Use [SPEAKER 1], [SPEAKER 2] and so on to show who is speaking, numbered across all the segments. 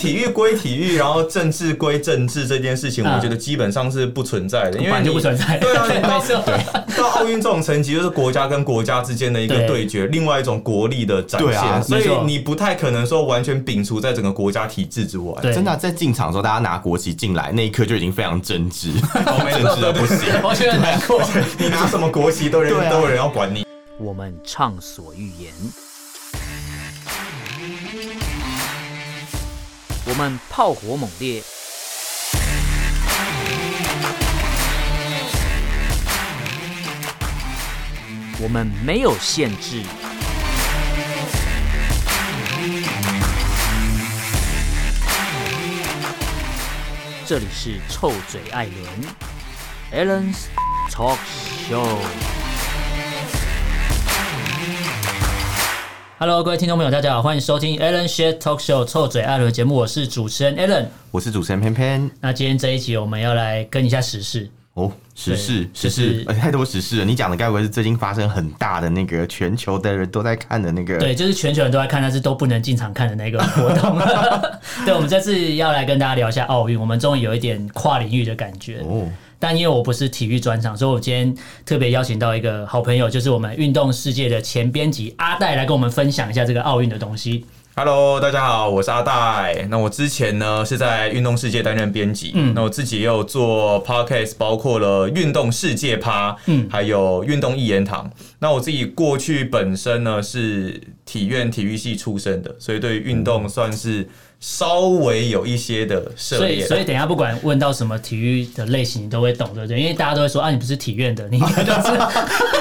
[SPEAKER 1] 体育归体育，然后政治归政治这件事情，
[SPEAKER 2] 嗯
[SPEAKER 1] 我觉得基本上是不存在的，因
[SPEAKER 2] 本
[SPEAKER 1] 为
[SPEAKER 2] 来
[SPEAKER 1] 你
[SPEAKER 2] 就不存在。
[SPEAKER 1] 对啊，你
[SPEAKER 2] 没
[SPEAKER 1] 到
[SPEAKER 2] 错，
[SPEAKER 1] 到奥运这种层级，就是国家跟国家之间的一个
[SPEAKER 2] 对
[SPEAKER 1] 对决，另外一种国力的展
[SPEAKER 3] 对
[SPEAKER 1] 现，
[SPEAKER 3] 啊
[SPEAKER 1] 所以
[SPEAKER 2] 没错
[SPEAKER 1] 你不太可能说完全摒除在整个国家体制之外。
[SPEAKER 2] 对
[SPEAKER 3] 真的啊、在进场的时候，大家拿国旗进来那一刻就已经非常 政治，政治到不行。
[SPEAKER 2] 我觉得很难过。
[SPEAKER 1] 你拿什么国旗都人
[SPEAKER 3] 对啊
[SPEAKER 1] 都有人要管你。
[SPEAKER 4] 我们畅所欲言；我们炮火猛烈；我们没有限制。这里是臭嘴艾伦 （Allen's Talk Show）。
[SPEAKER 2] Hello，各位听众朋友，大家好，欢迎收听 Alan Share Talk Show 臭嘴艾伦节目，我是主持人 Alan。
[SPEAKER 3] 我是主持人偏偏。
[SPEAKER 2] 那今天这一集我们要来跟一下时事，
[SPEAKER 3] 哦，时事，
[SPEAKER 2] 对时
[SPEAKER 3] 时事
[SPEAKER 2] 事，
[SPEAKER 3] 呃太多时事了。你讲的该不会是最近发生很大的那个全球的人都在看的那个？
[SPEAKER 2] 对，就是全球人都在看，但是都不能进场看的那个活动。对，我们这次要来跟大家聊一下奥运，我们终于有一点跨领域的感觉。
[SPEAKER 3] 哦，
[SPEAKER 2] 但因为我不是体育专场，所以我今天特别邀请到一个好朋友，就是我们运动世界的前编辑阿戴来跟我们分享一下这个奥运的东西。
[SPEAKER 1] Hello，大家好，我是阿戴。那我之前呢是在运动世界担任编辑，那我自己也有做 podcast，包括了运动世界趴，嗯，还有运动一言堂。那我自己过去本身呢是体院体育系出身的，所以对于运动算是稍微有一些的涉
[SPEAKER 2] 所以，
[SPEAKER 1] 猎。
[SPEAKER 2] 所以等一下不管问到什么体育的类型，你都会懂，对不对？因为大家都会说啊，你不是体院的，你应该就知道。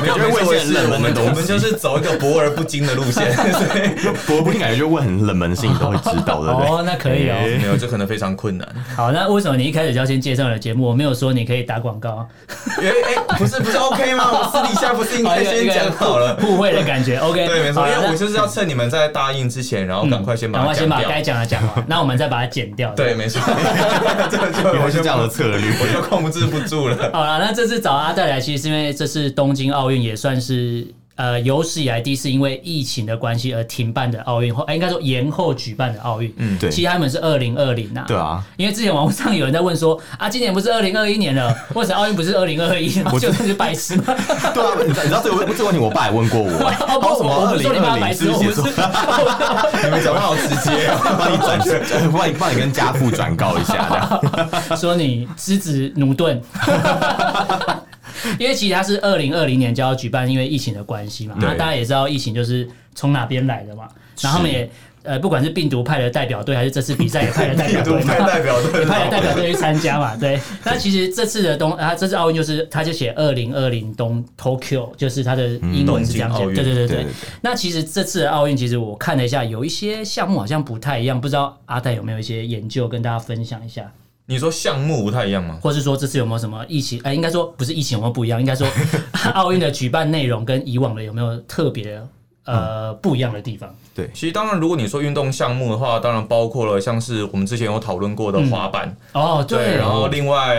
[SPEAKER 1] 没有
[SPEAKER 3] 感觉
[SPEAKER 1] 没
[SPEAKER 3] 问
[SPEAKER 1] 错
[SPEAKER 3] 一些很
[SPEAKER 1] 我
[SPEAKER 3] 冷门
[SPEAKER 1] 们
[SPEAKER 3] 的
[SPEAKER 1] 我
[SPEAKER 3] 东
[SPEAKER 1] 们
[SPEAKER 3] 西
[SPEAKER 1] 就是走一个博而不精的路线，所以
[SPEAKER 3] 我不感觉就问很冷门的事情都会知道，对不对？
[SPEAKER 2] 哦，那可以哦。
[SPEAKER 1] 没有这可能非常困难。
[SPEAKER 2] 好，那为什么你一开始就要先介绍你的节目？我没有说你可以打广告，
[SPEAKER 1] 哎哎、不是不是 OK 吗？我私底下不是应该先讲好了？
[SPEAKER 2] 互惠的感觉。OK，
[SPEAKER 1] 对，没
[SPEAKER 2] 好
[SPEAKER 1] 错，因为我
[SPEAKER 2] 那嗯
[SPEAKER 1] 就是要趁你们在答应之前，然后赶快先把
[SPEAKER 2] 赶
[SPEAKER 1] 它
[SPEAKER 2] 快先
[SPEAKER 1] 讲
[SPEAKER 2] 把
[SPEAKER 1] 掉。
[SPEAKER 2] 该讲的 讲完，那我们再把它剪掉。
[SPEAKER 1] 对，没错， 这个就
[SPEAKER 3] 原
[SPEAKER 1] 我
[SPEAKER 3] 来
[SPEAKER 1] 就是
[SPEAKER 3] 这样的策略。
[SPEAKER 1] 我就控制不住了。
[SPEAKER 2] 好了，那这次找阿戴来，其实是因为这次东京奥运也算是呃有史以来第一次因为疫情的关系而停办的奥运，或、哎应该说延后举办的奥运。嗯，
[SPEAKER 3] 对
[SPEAKER 2] 其实他们是二零二零啊。
[SPEAKER 3] 对。啊，
[SPEAKER 2] 因为之前网络上有人在问说啊，今年不是二零二一年了，为什么奥运不是二零二一？
[SPEAKER 3] 我
[SPEAKER 2] 就真是白痴吗？
[SPEAKER 3] 对啊，你知道你知道这个问这个问题，我爸也问过我，
[SPEAKER 2] 哦，不
[SPEAKER 3] 他说什
[SPEAKER 2] 是，
[SPEAKER 3] 么
[SPEAKER 2] 我
[SPEAKER 3] 二
[SPEAKER 2] 不是
[SPEAKER 3] 零
[SPEAKER 2] 说你爸
[SPEAKER 3] 二
[SPEAKER 2] 白
[SPEAKER 3] 零
[SPEAKER 2] 痴，
[SPEAKER 3] 是不
[SPEAKER 2] 我
[SPEAKER 3] 是
[SPEAKER 2] 不
[SPEAKER 3] 写
[SPEAKER 2] 是
[SPEAKER 3] 错，
[SPEAKER 1] 你们讲话好直接哦，
[SPEAKER 3] 啊帮你转转，帮你帮你跟家父转告一下，这样。
[SPEAKER 2] 说你支持奴顿。 因为其实它是二零二零年就要举办，因为疫情的关系嘛。
[SPEAKER 1] 对
[SPEAKER 2] 那大家也知道疫情就是从哪边来的嘛。然后他们也呃，不管是病毒派的代表队，还是这次比赛也 派了代
[SPEAKER 1] 病
[SPEAKER 2] 表
[SPEAKER 1] 毒
[SPEAKER 2] 队嘛
[SPEAKER 1] 派代表
[SPEAKER 2] 也
[SPEAKER 1] 队
[SPEAKER 2] 派了代表队去参加嘛。对。那其实这次的东啊，这次奥运就是它就写二零二零东 Tokyo，就是它的英文是这样写。
[SPEAKER 1] 嗯东京奥运
[SPEAKER 2] 对对对
[SPEAKER 3] 对
[SPEAKER 2] 对
[SPEAKER 3] 对对。
[SPEAKER 2] 那其实这次的奥运，其实我看了一下，有一些项目好像不太一样，不知道阿戴有没有一些研究跟大家分享一下。
[SPEAKER 1] 你说项目不太一样吗？
[SPEAKER 2] 或是说这次有没有什么疫情？哎、应该说不是疫情有没有不一样，应 该说奥运的举办内容跟以往的有没有特别呃、
[SPEAKER 1] 嗯
[SPEAKER 2] 不一样的地方？
[SPEAKER 1] 其实当然，如果你说运动项目的话，当然包括了像是我们之前有讨论过的滑板，
[SPEAKER 2] 哦，嗯对，
[SPEAKER 1] 然
[SPEAKER 2] 然
[SPEAKER 1] 后
[SPEAKER 2] 后
[SPEAKER 1] 另外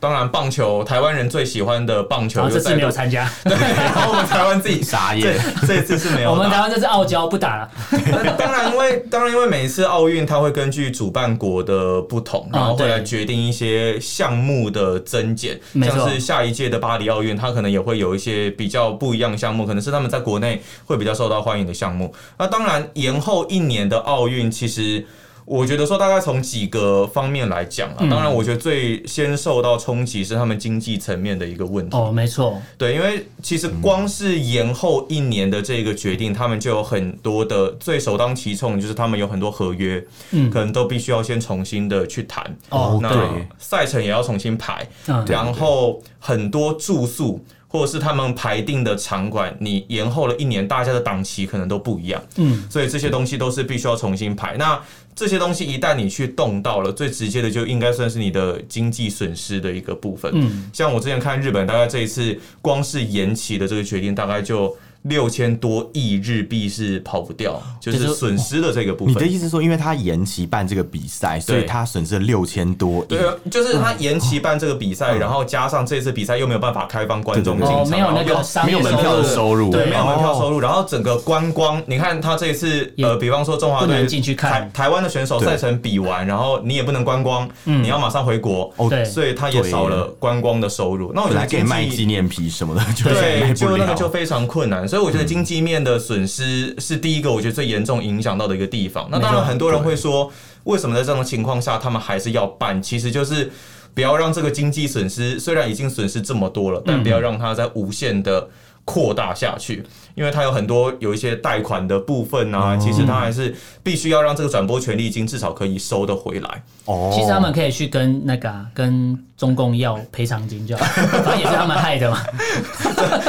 [SPEAKER 1] 当然棒球，台湾人最喜欢的棒球
[SPEAKER 2] 哦这
[SPEAKER 1] 又
[SPEAKER 2] 次
[SPEAKER 1] 再
[SPEAKER 2] 没有
[SPEAKER 1] 度，
[SPEAKER 2] 参加，
[SPEAKER 1] 对，然后我们台湾自 己
[SPEAKER 3] 傻眼
[SPEAKER 1] 这这次是 没有
[SPEAKER 2] 我
[SPEAKER 1] 打。
[SPEAKER 2] 们台湾这次傲娇不打了，
[SPEAKER 1] 那当然，因为当然，因为每一次奥运，它会根据主办国的不同，然后会来
[SPEAKER 2] 哦对
[SPEAKER 1] 决定一些项目的增减。
[SPEAKER 2] 没错
[SPEAKER 1] 像是下一届的巴黎奥运，它可能也会有一些比较不一样的项目，可能是他们在国内会比较受到欢迎的项目。那当然，延后一年的奥运，其实。我觉得说大概从几个方面来讲啊，当然我觉得最先受到冲击是他们经济层面的一个问题。
[SPEAKER 2] 哦，没错，
[SPEAKER 1] 对，因为其实光是延后一年的这个决定，他们就有很多的最首当其冲，就是他们有很多合约，
[SPEAKER 2] 嗯
[SPEAKER 1] 可能都必须要先重新的去谈。
[SPEAKER 2] 哦
[SPEAKER 1] 那
[SPEAKER 3] 对
[SPEAKER 1] 赛程也要重新排，
[SPEAKER 2] 嗯，
[SPEAKER 1] 然后很多住宿。或者是他们排定的场馆，你延后了一年，大家的档期可能都不一样，
[SPEAKER 2] 嗯，
[SPEAKER 1] 所以这些东西都是必须要重新排。那这些东西一旦你去动到了，最直接的就应该算是你的经济损失的一个部分。
[SPEAKER 2] 嗯，
[SPEAKER 1] 像我之前看日本，大概这一次光是延期的这个决定，大概就六千多亿日币是跑不掉，就是
[SPEAKER 2] 就是哦
[SPEAKER 1] 损失了这个部
[SPEAKER 3] 你
[SPEAKER 1] 分。
[SPEAKER 3] 的意思是说，因为他延期办这个比赛，所以他损失了六千多亿
[SPEAKER 1] 对，啊，就是他
[SPEAKER 2] 哦
[SPEAKER 1] 延期办这个比赛，然后加上这次比赛又没有办法开放观众进场，
[SPEAKER 2] 哦，没有那
[SPEAKER 1] 然
[SPEAKER 2] 个
[SPEAKER 1] 后
[SPEAKER 2] 商
[SPEAKER 3] 没
[SPEAKER 2] 业
[SPEAKER 3] 有门票的收入，
[SPEAKER 1] 又
[SPEAKER 2] 对
[SPEAKER 1] 对，没有
[SPEAKER 3] 哦
[SPEAKER 1] 门票收入，然后整个观光，你看他这一次
[SPEAKER 2] 也
[SPEAKER 1] 呃，比方说中华
[SPEAKER 2] 不
[SPEAKER 1] 队
[SPEAKER 2] 能进去看
[SPEAKER 1] 台台湾的选手
[SPEAKER 3] 对
[SPEAKER 1] 赛程比完，然后你也不能观光，你要马上回国，
[SPEAKER 2] 嗯
[SPEAKER 3] 哦
[SPEAKER 2] 对
[SPEAKER 1] 所以他也少了观光的收入。那我觉得
[SPEAKER 3] 本来可以
[SPEAKER 1] 经
[SPEAKER 3] 卖
[SPEAKER 1] 济
[SPEAKER 3] 纪念品什么的， 就
[SPEAKER 1] 对，
[SPEAKER 3] 卖不
[SPEAKER 1] 就那个就
[SPEAKER 3] 了。
[SPEAKER 1] 非常困难，所以我觉得经济面的损失是第一个，我觉得最严重影响到的一个地方。那当然，很多人会说，为什么在这种情况下他们还是要办？其实就是不要让这个经济损失，虽然已经损失这么多了，
[SPEAKER 3] 嗯
[SPEAKER 1] 但不要让它在无限的扩大下去，因为它有很多有一些贷款的部分
[SPEAKER 3] 哦
[SPEAKER 1] 啊，其实它还是必须要让这个转播权利金至少可以收得回来。
[SPEAKER 3] 哦
[SPEAKER 2] 其实他们可以去跟那个啊、跟中共要赔偿 金就好，反正也是他们害的嘛。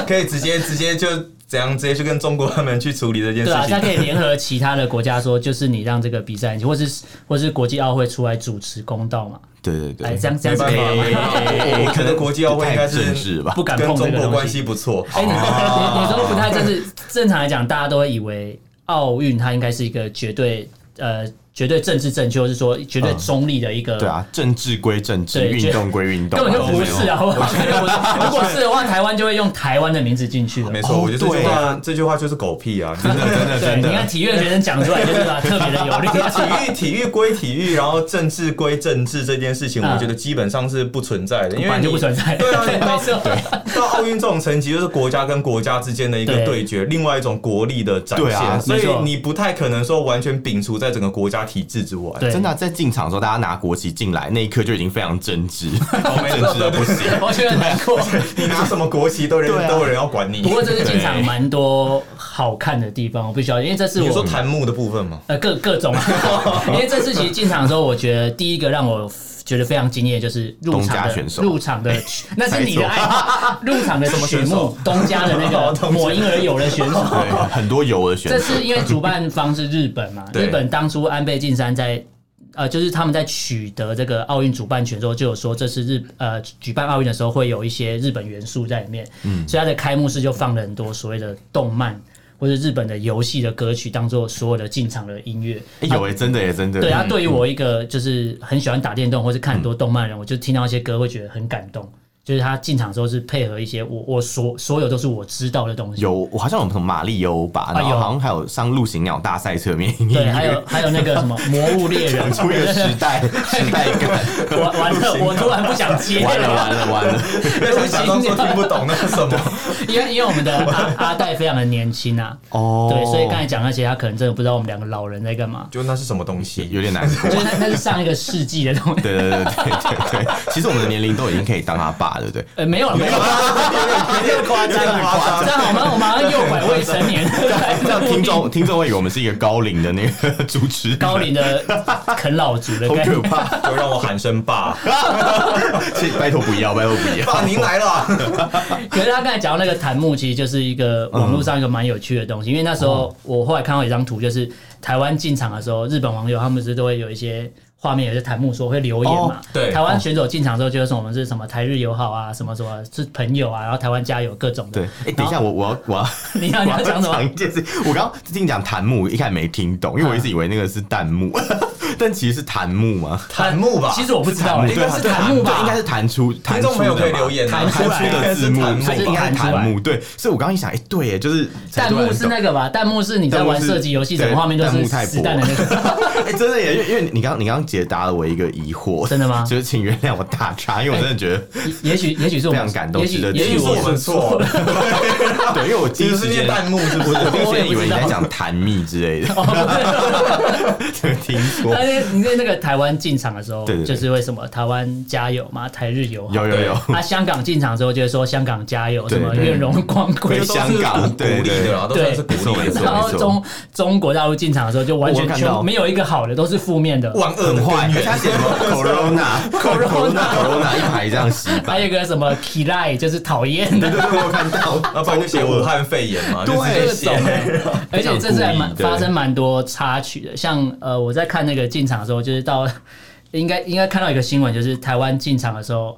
[SPEAKER 1] 可以直接直接就怎样，直接去跟中国他们去处理这件事
[SPEAKER 2] 对啊，
[SPEAKER 1] 情
[SPEAKER 2] 他。可以联合其他的国家说，就是你让这个比赛，或是或是国际奥会出来主持公道嘛。
[SPEAKER 3] 对对
[SPEAKER 2] 哎，
[SPEAKER 3] 对，
[SPEAKER 2] 这样这
[SPEAKER 1] 没
[SPEAKER 2] 样子
[SPEAKER 1] 办
[SPEAKER 2] 可
[SPEAKER 1] 法，
[SPEAKER 2] 以吗？
[SPEAKER 1] 我哎可能国际奥会应该
[SPEAKER 3] 太正
[SPEAKER 1] 是
[SPEAKER 3] 式吧
[SPEAKER 2] 不？敢
[SPEAKER 1] 跟
[SPEAKER 2] 碰这
[SPEAKER 1] 中
[SPEAKER 2] 个
[SPEAKER 1] 国
[SPEAKER 2] 东
[SPEAKER 1] 关
[SPEAKER 2] 西。
[SPEAKER 1] 系不错。哦
[SPEAKER 2] 哎，你 你你说不太正式，正常来讲，大家都会以为奥运它应该是一个绝对呃绝对政治正确，或是说绝
[SPEAKER 1] 嗯
[SPEAKER 2] 对中立的一个
[SPEAKER 3] 对啊，政治归政治，
[SPEAKER 2] 对
[SPEAKER 3] 运动归运动，
[SPEAKER 2] 根本就不是啊！我觉得 不是如果是的话，台湾就会用台湾的名字进去了。
[SPEAKER 1] 没错，
[SPEAKER 3] 哦
[SPEAKER 1] 我觉得这句
[SPEAKER 3] 对
[SPEAKER 1] 话这句话就是狗屁啊！真的真的
[SPEAKER 2] 对，你看体育的学生讲出来就是吧，特别的有力。
[SPEAKER 1] 体育体育归体育，然后政治归政治这件事情，
[SPEAKER 2] 嗯
[SPEAKER 1] 我觉得基本上是不存在的， 因
[SPEAKER 2] 本
[SPEAKER 1] 为
[SPEAKER 2] 来
[SPEAKER 1] 你
[SPEAKER 2] 就不存在
[SPEAKER 1] 对啊，你
[SPEAKER 2] 没错
[SPEAKER 1] 到到奥运这种层级，就是国家跟国家之间的一个
[SPEAKER 2] 对
[SPEAKER 1] 对决，另外一种国力的展
[SPEAKER 3] 对啊
[SPEAKER 1] 现，所以
[SPEAKER 2] 没错
[SPEAKER 1] 你不太可能说完全摒除在整个国家体制之外。
[SPEAKER 2] 对
[SPEAKER 3] 真的啊、在进场的时候，大家拿国旗进来那一刻就已经非常 政治，
[SPEAKER 1] 哦没
[SPEAKER 3] 政
[SPEAKER 1] 错
[SPEAKER 3] 治到不行。
[SPEAKER 2] 我觉得很难过。
[SPEAKER 1] 你拿什么国旗都人
[SPEAKER 3] 对啊
[SPEAKER 1] 都有人要管你。
[SPEAKER 2] 不过这次进场蛮多好看的地方，我必须要，因为这次
[SPEAKER 1] 你说
[SPEAKER 2] 我
[SPEAKER 1] 檀木的部分吗？
[SPEAKER 2] 呃各各种，啊因为这次其实进场的时候，我觉得第一个让我。觉得非常惊艳，就是入
[SPEAKER 3] 东
[SPEAKER 2] 场
[SPEAKER 3] 家
[SPEAKER 2] 的
[SPEAKER 3] 选手
[SPEAKER 2] 入场的曲，那是你的爱 好。入场的曲
[SPEAKER 1] 选
[SPEAKER 2] 目
[SPEAKER 1] 手，
[SPEAKER 2] 东家的那
[SPEAKER 1] 哦
[SPEAKER 2] 个
[SPEAKER 1] 东家
[SPEAKER 2] 抹婴儿油的选手，
[SPEAKER 3] 对，很多油的选
[SPEAKER 2] 这
[SPEAKER 3] 手，
[SPEAKER 2] 是因为主办方是日本嘛？
[SPEAKER 1] 对
[SPEAKER 2] 日本当初安倍晋三在呃，就是他们在取得这个奥运主办权之后，就有说这是日呃举办奥运的时候会有一些日本元素在里面，嗯，所以它的开幕式就放了很多所谓的动漫或者日本的游戏的歌曲当做所有的进场的音乐。
[SPEAKER 3] 哎有哎、真的耶，真的。
[SPEAKER 2] 对啊，对于
[SPEAKER 3] 嗯
[SPEAKER 2] 我一个就是很喜欢打电动或是看很多动漫的人，我就听到一些歌会觉得很感动。就是他进场之后是配合一些我我所所有都是我知道的东西，
[SPEAKER 3] 有，我好像有什么马里欧吧，
[SPEAKER 1] 啊
[SPEAKER 3] 然
[SPEAKER 2] 有
[SPEAKER 3] 后好像还有上陆行鸟大赛侧面，
[SPEAKER 2] 对，还有还有那个什么魔物猎人，
[SPEAKER 3] 出一个时 代时代感，
[SPEAKER 2] 我完了，我突然不想接
[SPEAKER 3] 完了完了完了，
[SPEAKER 1] 要想假装说听不懂那是 什么？
[SPEAKER 2] 因为因为我们的阿阿戴非常的年轻啊，
[SPEAKER 3] 哦，
[SPEAKER 2] 对，所以刚才讲那些，他可能真的不知道我们两个老人在干嘛。
[SPEAKER 1] 就那是什么东西？
[SPEAKER 3] 有点难过。
[SPEAKER 2] 就是那那是上一个世纪的东西，
[SPEAKER 3] 对对对对对对，其实我们的年龄都已经可以当他爸，对不对？
[SPEAKER 2] 呃，没有了，没有了，没有夸张
[SPEAKER 1] 有点夸
[SPEAKER 2] 啊，
[SPEAKER 1] 张
[SPEAKER 2] 这样好吗？我马上诱拐未成年，
[SPEAKER 3] 这样听 众听众会以为我们是一个高龄的那个主持人，
[SPEAKER 2] 高龄的啃老族的
[SPEAKER 3] 好
[SPEAKER 2] 概念
[SPEAKER 3] 可。怕！
[SPEAKER 1] 就让我喊声爸，
[SPEAKER 3] 请拜托不要，拜托不要。
[SPEAKER 1] 爸您来了。
[SPEAKER 2] 可是他刚才讲到那个檀木，其实就是一个
[SPEAKER 3] 嗯
[SPEAKER 2] 网络上一个蛮有趣的东西，因为那时候我后来看到一张图，就是台湾进场的时候，日本网友他们不是都会有一些。画面也是檀木说会留言嘛
[SPEAKER 3] 哦？
[SPEAKER 1] 对
[SPEAKER 2] 台湾选手进场之后就是说我们是什么台日友好啊，什么什么是朋友啊，然后台湾加油各种的。
[SPEAKER 3] 对，哎、等一下，我我要我要
[SPEAKER 2] 你要你要
[SPEAKER 3] 我
[SPEAKER 2] 讲什么
[SPEAKER 3] 讲一件事，我刚刚听你讲檀木，一开始没听懂，因为我一
[SPEAKER 2] 啊
[SPEAKER 3] 直以为那个是弹幕， 但其实是檀木嘛。
[SPEAKER 1] 檀木吧
[SPEAKER 2] 其实我哎不知道，
[SPEAKER 3] 檀木
[SPEAKER 2] 应该是
[SPEAKER 3] 对啊
[SPEAKER 2] 檀木
[SPEAKER 3] 对
[SPEAKER 2] 吧？
[SPEAKER 3] 应该是弹出，弹
[SPEAKER 1] 听
[SPEAKER 3] 出
[SPEAKER 1] 众朋友可以
[SPEAKER 3] 的嘛
[SPEAKER 1] 留言啊，
[SPEAKER 2] 弹出
[SPEAKER 3] 弹
[SPEAKER 2] 来
[SPEAKER 3] 出的字幕，所以应该
[SPEAKER 2] 弹
[SPEAKER 3] 是
[SPEAKER 2] 出来
[SPEAKER 3] 弹幕。对，所以我刚刚一想，哎、对耶，就是才
[SPEAKER 2] 弹
[SPEAKER 3] 突然
[SPEAKER 2] 幕是
[SPEAKER 3] 懂
[SPEAKER 2] 那个吧？弹幕是你在玩射击游戏，
[SPEAKER 3] 弹
[SPEAKER 2] 整
[SPEAKER 3] 幕是
[SPEAKER 2] 个画面都
[SPEAKER 3] 对弹
[SPEAKER 2] 是
[SPEAKER 3] 幕太薄
[SPEAKER 2] 子弹的那个。
[SPEAKER 3] 哎、真的耶，因为因为你刚刚你刚刚解答了我一个疑惑，
[SPEAKER 2] 真的吗
[SPEAKER 3] 就是请原谅我大叉，因为我真的觉得，
[SPEAKER 2] 也也许也许是我们
[SPEAKER 3] 非常感动
[SPEAKER 2] 也许
[SPEAKER 3] 值得
[SPEAKER 2] 也许
[SPEAKER 3] 记
[SPEAKER 1] 是
[SPEAKER 3] 住
[SPEAKER 1] 我
[SPEAKER 2] 我
[SPEAKER 1] 们错了，
[SPEAKER 3] 对，因为我第
[SPEAKER 1] 其
[SPEAKER 3] 一
[SPEAKER 1] 实是
[SPEAKER 3] 时
[SPEAKER 1] 念
[SPEAKER 3] 间
[SPEAKER 1] 弹幕是不是？
[SPEAKER 3] 我第一时
[SPEAKER 2] 我也
[SPEAKER 3] 间
[SPEAKER 2] 不
[SPEAKER 3] 以为
[SPEAKER 2] 知
[SPEAKER 3] 你
[SPEAKER 2] 道哦
[SPEAKER 3] 在讲弹蜜之类 的， 就听说
[SPEAKER 2] 但是你在那个台湾进场的时候，
[SPEAKER 3] 对对对
[SPEAKER 2] 就是为什么台湾加油嘛，台日友好。
[SPEAKER 3] 有有有，
[SPEAKER 2] 啊，香港进场之后就会说香港加油，什
[SPEAKER 3] 对
[SPEAKER 2] 么
[SPEAKER 3] 对
[SPEAKER 2] 愿荣光辉
[SPEAKER 3] 对
[SPEAKER 1] 就。
[SPEAKER 3] 香港
[SPEAKER 1] 都是鼓励的啦，都算是鼓励
[SPEAKER 3] 对
[SPEAKER 1] 的
[SPEAKER 3] 对。
[SPEAKER 2] 然后
[SPEAKER 3] 没错
[SPEAKER 2] 中中国大陆进场的时候就完全
[SPEAKER 3] 我看
[SPEAKER 2] 全
[SPEAKER 3] 到
[SPEAKER 2] 没有一个好的，都是负面的。
[SPEAKER 1] 万恶的
[SPEAKER 3] 很坏
[SPEAKER 1] 根，
[SPEAKER 3] 而且他
[SPEAKER 1] 源，
[SPEAKER 3] 写什么 corona corona corona 一排这样洗
[SPEAKER 2] 还
[SPEAKER 3] 版，
[SPEAKER 2] 有一个什么 k i l a i 就是讨厌的
[SPEAKER 3] 对。对对，我有看到，
[SPEAKER 1] 那不然就写武汉肺炎嘛，就直接
[SPEAKER 2] 各
[SPEAKER 1] 写
[SPEAKER 2] 种、。欸， 而且这次还蛮
[SPEAKER 3] 非常故意对
[SPEAKER 2] 发生蛮多插曲的，像呃，我在 看那个进场的时候，就是到应该应该看到一个新闻，就是台湾进场的时候，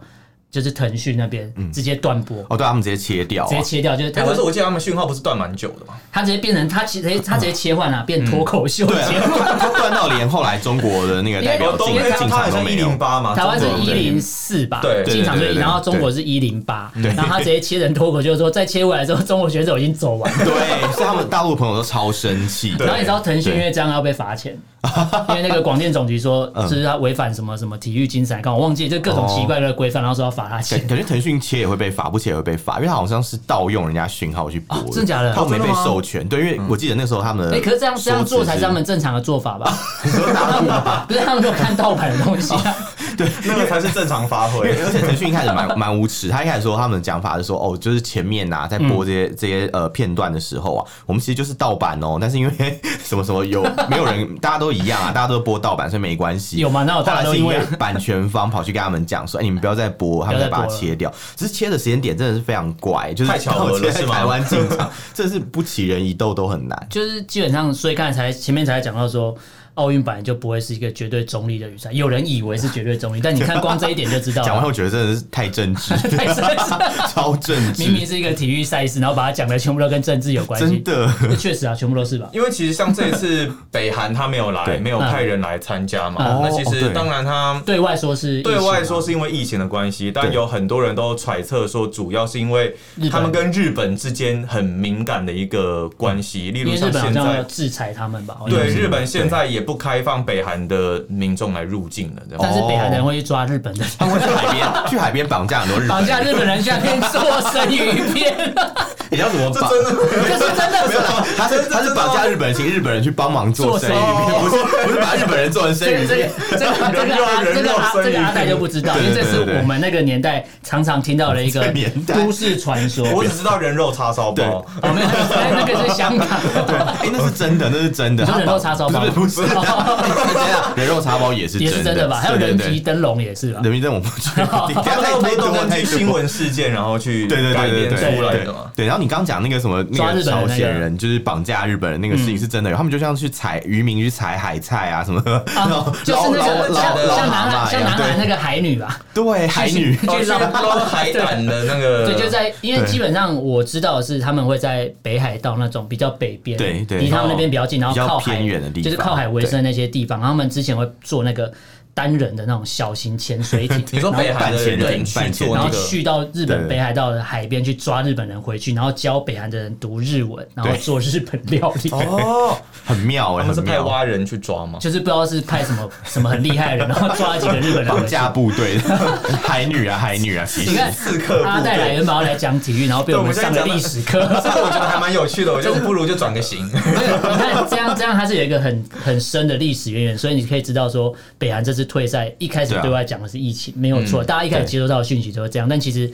[SPEAKER 2] 就是腾讯那边直接断播，
[SPEAKER 3] 哦，对他们直接切掉
[SPEAKER 2] 直接
[SPEAKER 3] 啊，
[SPEAKER 2] 切掉，就是台
[SPEAKER 1] 但
[SPEAKER 2] 湾
[SPEAKER 1] 哎可是我记得他们讯号不是断蛮久的吗？
[SPEAKER 2] 他直接变成他其实他直接切换了、啊变脱口秀
[SPEAKER 3] 嗯对
[SPEAKER 2] 节目。
[SPEAKER 3] 啊，他断到连后来中国的那个代表
[SPEAKER 1] 我东
[SPEAKER 3] 进
[SPEAKER 1] 非
[SPEAKER 3] 进
[SPEAKER 1] 它好
[SPEAKER 3] 场都
[SPEAKER 1] 像
[SPEAKER 3] 没
[SPEAKER 1] 一
[SPEAKER 3] 有
[SPEAKER 1] 零。八嘛，
[SPEAKER 2] 台湾是
[SPEAKER 1] 中国
[SPEAKER 2] 一
[SPEAKER 1] 对
[SPEAKER 2] 零四吧，
[SPEAKER 1] 对
[SPEAKER 2] 进场
[SPEAKER 3] 啊对
[SPEAKER 2] 最
[SPEAKER 3] 对对
[SPEAKER 2] 低，
[SPEAKER 3] 对
[SPEAKER 2] 然后中国是一零八，然后他直接切成脱口秀之后，再切回来之后，中国选手已经走完了。
[SPEAKER 3] 对，所以他们大陆朋友都超生气。
[SPEAKER 1] 对
[SPEAKER 2] 然后你知道腾讯因
[SPEAKER 3] 对
[SPEAKER 2] 为这样要被罚钱，因为那个广电总局 说，
[SPEAKER 3] 嗯
[SPEAKER 2] 就是他违反什么什么体育精神，刚我忘记就各种奇怪的规范，然后说要罚他
[SPEAKER 3] 感
[SPEAKER 2] 钱。
[SPEAKER 3] 感觉腾讯切也会被罚，不切也会被罚，因为他好像是盗用人家讯号去播
[SPEAKER 2] 哦真假的嗯
[SPEAKER 3] 他们没
[SPEAKER 1] 哦真
[SPEAKER 3] 被
[SPEAKER 1] 的吗
[SPEAKER 3] 授权。对，因为我记得那时候他们的，
[SPEAKER 2] 哎，可是这样这样做才是他们正常的做法 吧？ 不是他们都看盗版的东西啊，
[SPEAKER 3] 哦
[SPEAKER 1] 那个才是正常发挥
[SPEAKER 3] 因。为而且腾讯一开始蛮蛮无耻，他一开始说他们的讲法是说，哦，就是前面呐、在播这些、
[SPEAKER 2] 嗯
[SPEAKER 3] 这些呃片段的时候啊，我们其实就是盗版哦，但是因为 什么什么有没有人，大家都一样啊，大家都播盗版，所以没关系。
[SPEAKER 2] 有吗哪 有
[SPEAKER 3] 后
[SPEAKER 2] 大
[SPEAKER 3] 来
[SPEAKER 2] 家都
[SPEAKER 3] 是因
[SPEAKER 2] 一
[SPEAKER 3] 为
[SPEAKER 2] 样
[SPEAKER 3] 版权方跑去跟他们讲说，哎、你们不要再播，他
[SPEAKER 2] 不
[SPEAKER 3] 们
[SPEAKER 2] 要
[SPEAKER 3] 再
[SPEAKER 2] 再
[SPEAKER 3] 把它
[SPEAKER 2] 播了
[SPEAKER 3] 切掉。只是切的时间点真的是非常怪，就是
[SPEAKER 1] 太巧合了
[SPEAKER 3] 到现在
[SPEAKER 1] 是吗
[SPEAKER 3] 台湾进场， 这是不起人一斗都很难。
[SPEAKER 2] 就是基本上，所以刚才才前面才讲到说。奥运本来就不会是一个绝对中立的比赛，有人以为是绝对 中立，但你看光这一点就知道了。
[SPEAKER 3] 讲完后觉得真的是太政 治，
[SPEAKER 2] 太政治
[SPEAKER 3] 超政治，
[SPEAKER 2] 明明是一个体育赛事，然后把它讲的全部都跟政治有关系
[SPEAKER 3] 真，的。
[SPEAKER 2] 这确实啊，全部都是吧。
[SPEAKER 1] 因为其实像这一次北韩他没有来，
[SPEAKER 3] 对
[SPEAKER 1] 没有派人来参加嘛
[SPEAKER 2] 嗯，
[SPEAKER 1] 那其
[SPEAKER 3] 哦哦
[SPEAKER 1] 实
[SPEAKER 3] 对
[SPEAKER 1] 当然他
[SPEAKER 2] 对外说是疫情啊
[SPEAKER 1] 对
[SPEAKER 2] 嘛
[SPEAKER 1] 外说是因为疫情的关系，但
[SPEAKER 3] 对
[SPEAKER 1] 有很多人都揣测说，主要是因为
[SPEAKER 2] 日本
[SPEAKER 1] 他们跟日本之间很敏感的一个关系，例
[SPEAKER 2] 因
[SPEAKER 1] 如
[SPEAKER 2] 为日
[SPEAKER 1] 像
[SPEAKER 2] 本好
[SPEAKER 1] 现
[SPEAKER 2] 像
[SPEAKER 1] 在。
[SPEAKER 2] 要制裁他们吧？哦好像
[SPEAKER 1] 对
[SPEAKER 2] 是
[SPEAKER 1] 日本现在也不开放北韩的民众来入境了，这样
[SPEAKER 2] 但是北韩人会去抓日本
[SPEAKER 1] 哦
[SPEAKER 2] 人，
[SPEAKER 3] 他们会去海边， 去海边绑架很多日本人
[SPEAKER 2] 绑架日本人下面做生鱼 片，
[SPEAKER 3] 你要怎么绑？
[SPEAKER 2] 这是 真的
[SPEAKER 3] 没有啦，他是他是绑架日本人，请日本人去帮忙做生意 片，不是不是把日本人做成生
[SPEAKER 2] 这
[SPEAKER 3] 意
[SPEAKER 2] 个这
[SPEAKER 3] 片
[SPEAKER 2] 个。这个这
[SPEAKER 1] 人
[SPEAKER 2] 个
[SPEAKER 1] 肉
[SPEAKER 2] 阿这
[SPEAKER 1] 人
[SPEAKER 2] 个
[SPEAKER 1] 肉
[SPEAKER 2] 阿
[SPEAKER 1] 生
[SPEAKER 2] 这
[SPEAKER 1] 鱼
[SPEAKER 2] 个阿
[SPEAKER 1] 片
[SPEAKER 2] 代就不知道，
[SPEAKER 3] 对
[SPEAKER 2] 因为这是
[SPEAKER 3] 对对对
[SPEAKER 2] 我们那个年代常常听到的一个
[SPEAKER 3] 这年代
[SPEAKER 2] 都市传说。
[SPEAKER 1] 我只知道人肉叉烧包，
[SPEAKER 2] 哦，没有，那个是香港。
[SPEAKER 3] 哎，那是真的，那是真的。
[SPEAKER 2] 你说人肉叉烧包
[SPEAKER 3] 不是不是， 不是等一下人肉叉包也是
[SPEAKER 2] 也是真的吧？还有人机
[SPEAKER 3] 对对
[SPEAKER 2] 灯笼也是吧
[SPEAKER 3] 对？人皮灯我不 确定，
[SPEAKER 1] 他们
[SPEAKER 3] 太
[SPEAKER 1] 那
[SPEAKER 3] 太
[SPEAKER 1] 个不
[SPEAKER 3] 多
[SPEAKER 1] 都根
[SPEAKER 3] 太
[SPEAKER 1] 据
[SPEAKER 3] 多
[SPEAKER 1] 新闻事件然后去
[SPEAKER 3] 对对
[SPEAKER 1] 改
[SPEAKER 3] 对
[SPEAKER 1] 编
[SPEAKER 3] 对对
[SPEAKER 1] 出来
[SPEAKER 3] 对
[SPEAKER 1] 的嘛？
[SPEAKER 3] 对，然后你刚刚讲那个什么
[SPEAKER 2] 抓
[SPEAKER 3] 那
[SPEAKER 2] 日
[SPEAKER 3] 个
[SPEAKER 2] 本人那
[SPEAKER 3] 朝
[SPEAKER 2] 个嗯
[SPEAKER 3] 鲜人就是绑架日本人那个事情是真的有，他们就像去采渔民去采海菜啊什么，然后
[SPEAKER 2] 就是那个
[SPEAKER 3] 老
[SPEAKER 2] 像
[SPEAKER 3] 老
[SPEAKER 2] 像南
[SPEAKER 3] 老
[SPEAKER 2] 韩像南韩那个海女吧？
[SPEAKER 3] 对海女
[SPEAKER 1] 哦去捞海胆的那个，
[SPEAKER 2] 对，就在因为
[SPEAKER 3] 对
[SPEAKER 2] 基本上我知道的是他们会在北海道那种比较北边，
[SPEAKER 3] 对对
[SPEAKER 2] 离他们那边比较近，然后
[SPEAKER 3] 比较
[SPEAKER 2] 靠海
[SPEAKER 3] 偏远的地方
[SPEAKER 2] 就是靠海为生的那些地方。然后他们之前会做那个单人的那种小型潜水 艇，
[SPEAKER 1] 你说
[SPEAKER 2] 然后
[SPEAKER 1] 北韩的人去做那
[SPEAKER 2] 然后
[SPEAKER 1] 个，
[SPEAKER 2] 去到日
[SPEAKER 3] 对
[SPEAKER 2] 本北海道的海边去抓日本人回去，然后教北韩的人读日文，然后
[SPEAKER 3] 对
[SPEAKER 2] 做日本料理。
[SPEAKER 1] 哦，
[SPEAKER 3] 很妙 哎，
[SPEAKER 1] 他们是
[SPEAKER 3] 很
[SPEAKER 1] 派
[SPEAKER 3] 妙。
[SPEAKER 1] 蛙人去抓吗？
[SPEAKER 2] 就是不知道是派什么什么很厉害的人，然后抓了几个日本人回
[SPEAKER 3] 绑
[SPEAKER 2] 去。
[SPEAKER 3] 架部队，海女啊，海女啊，其
[SPEAKER 2] 你
[SPEAKER 3] 实
[SPEAKER 2] 看
[SPEAKER 1] 刺客
[SPEAKER 2] 阿
[SPEAKER 1] 部
[SPEAKER 2] 戴来
[SPEAKER 1] 队，
[SPEAKER 2] 原本要来讲体育，然后被我们上了历史课。
[SPEAKER 1] 这个我觉得还蛮有趣的，我觉得不如就转个型。
[SPEAKER 2] 没有，你看这样这样，它是有一个很很深的历史渊源，所以你可以知道说，北韩这次退赛一开始
[SPEAKER 3] 对啊
[SPEAKER 2] 对外讲的是疫情，没有
[SPEAKER 3] 嗯
[SPEAKER 2] 错，大家一开始接收到的讯息都是这样，但其实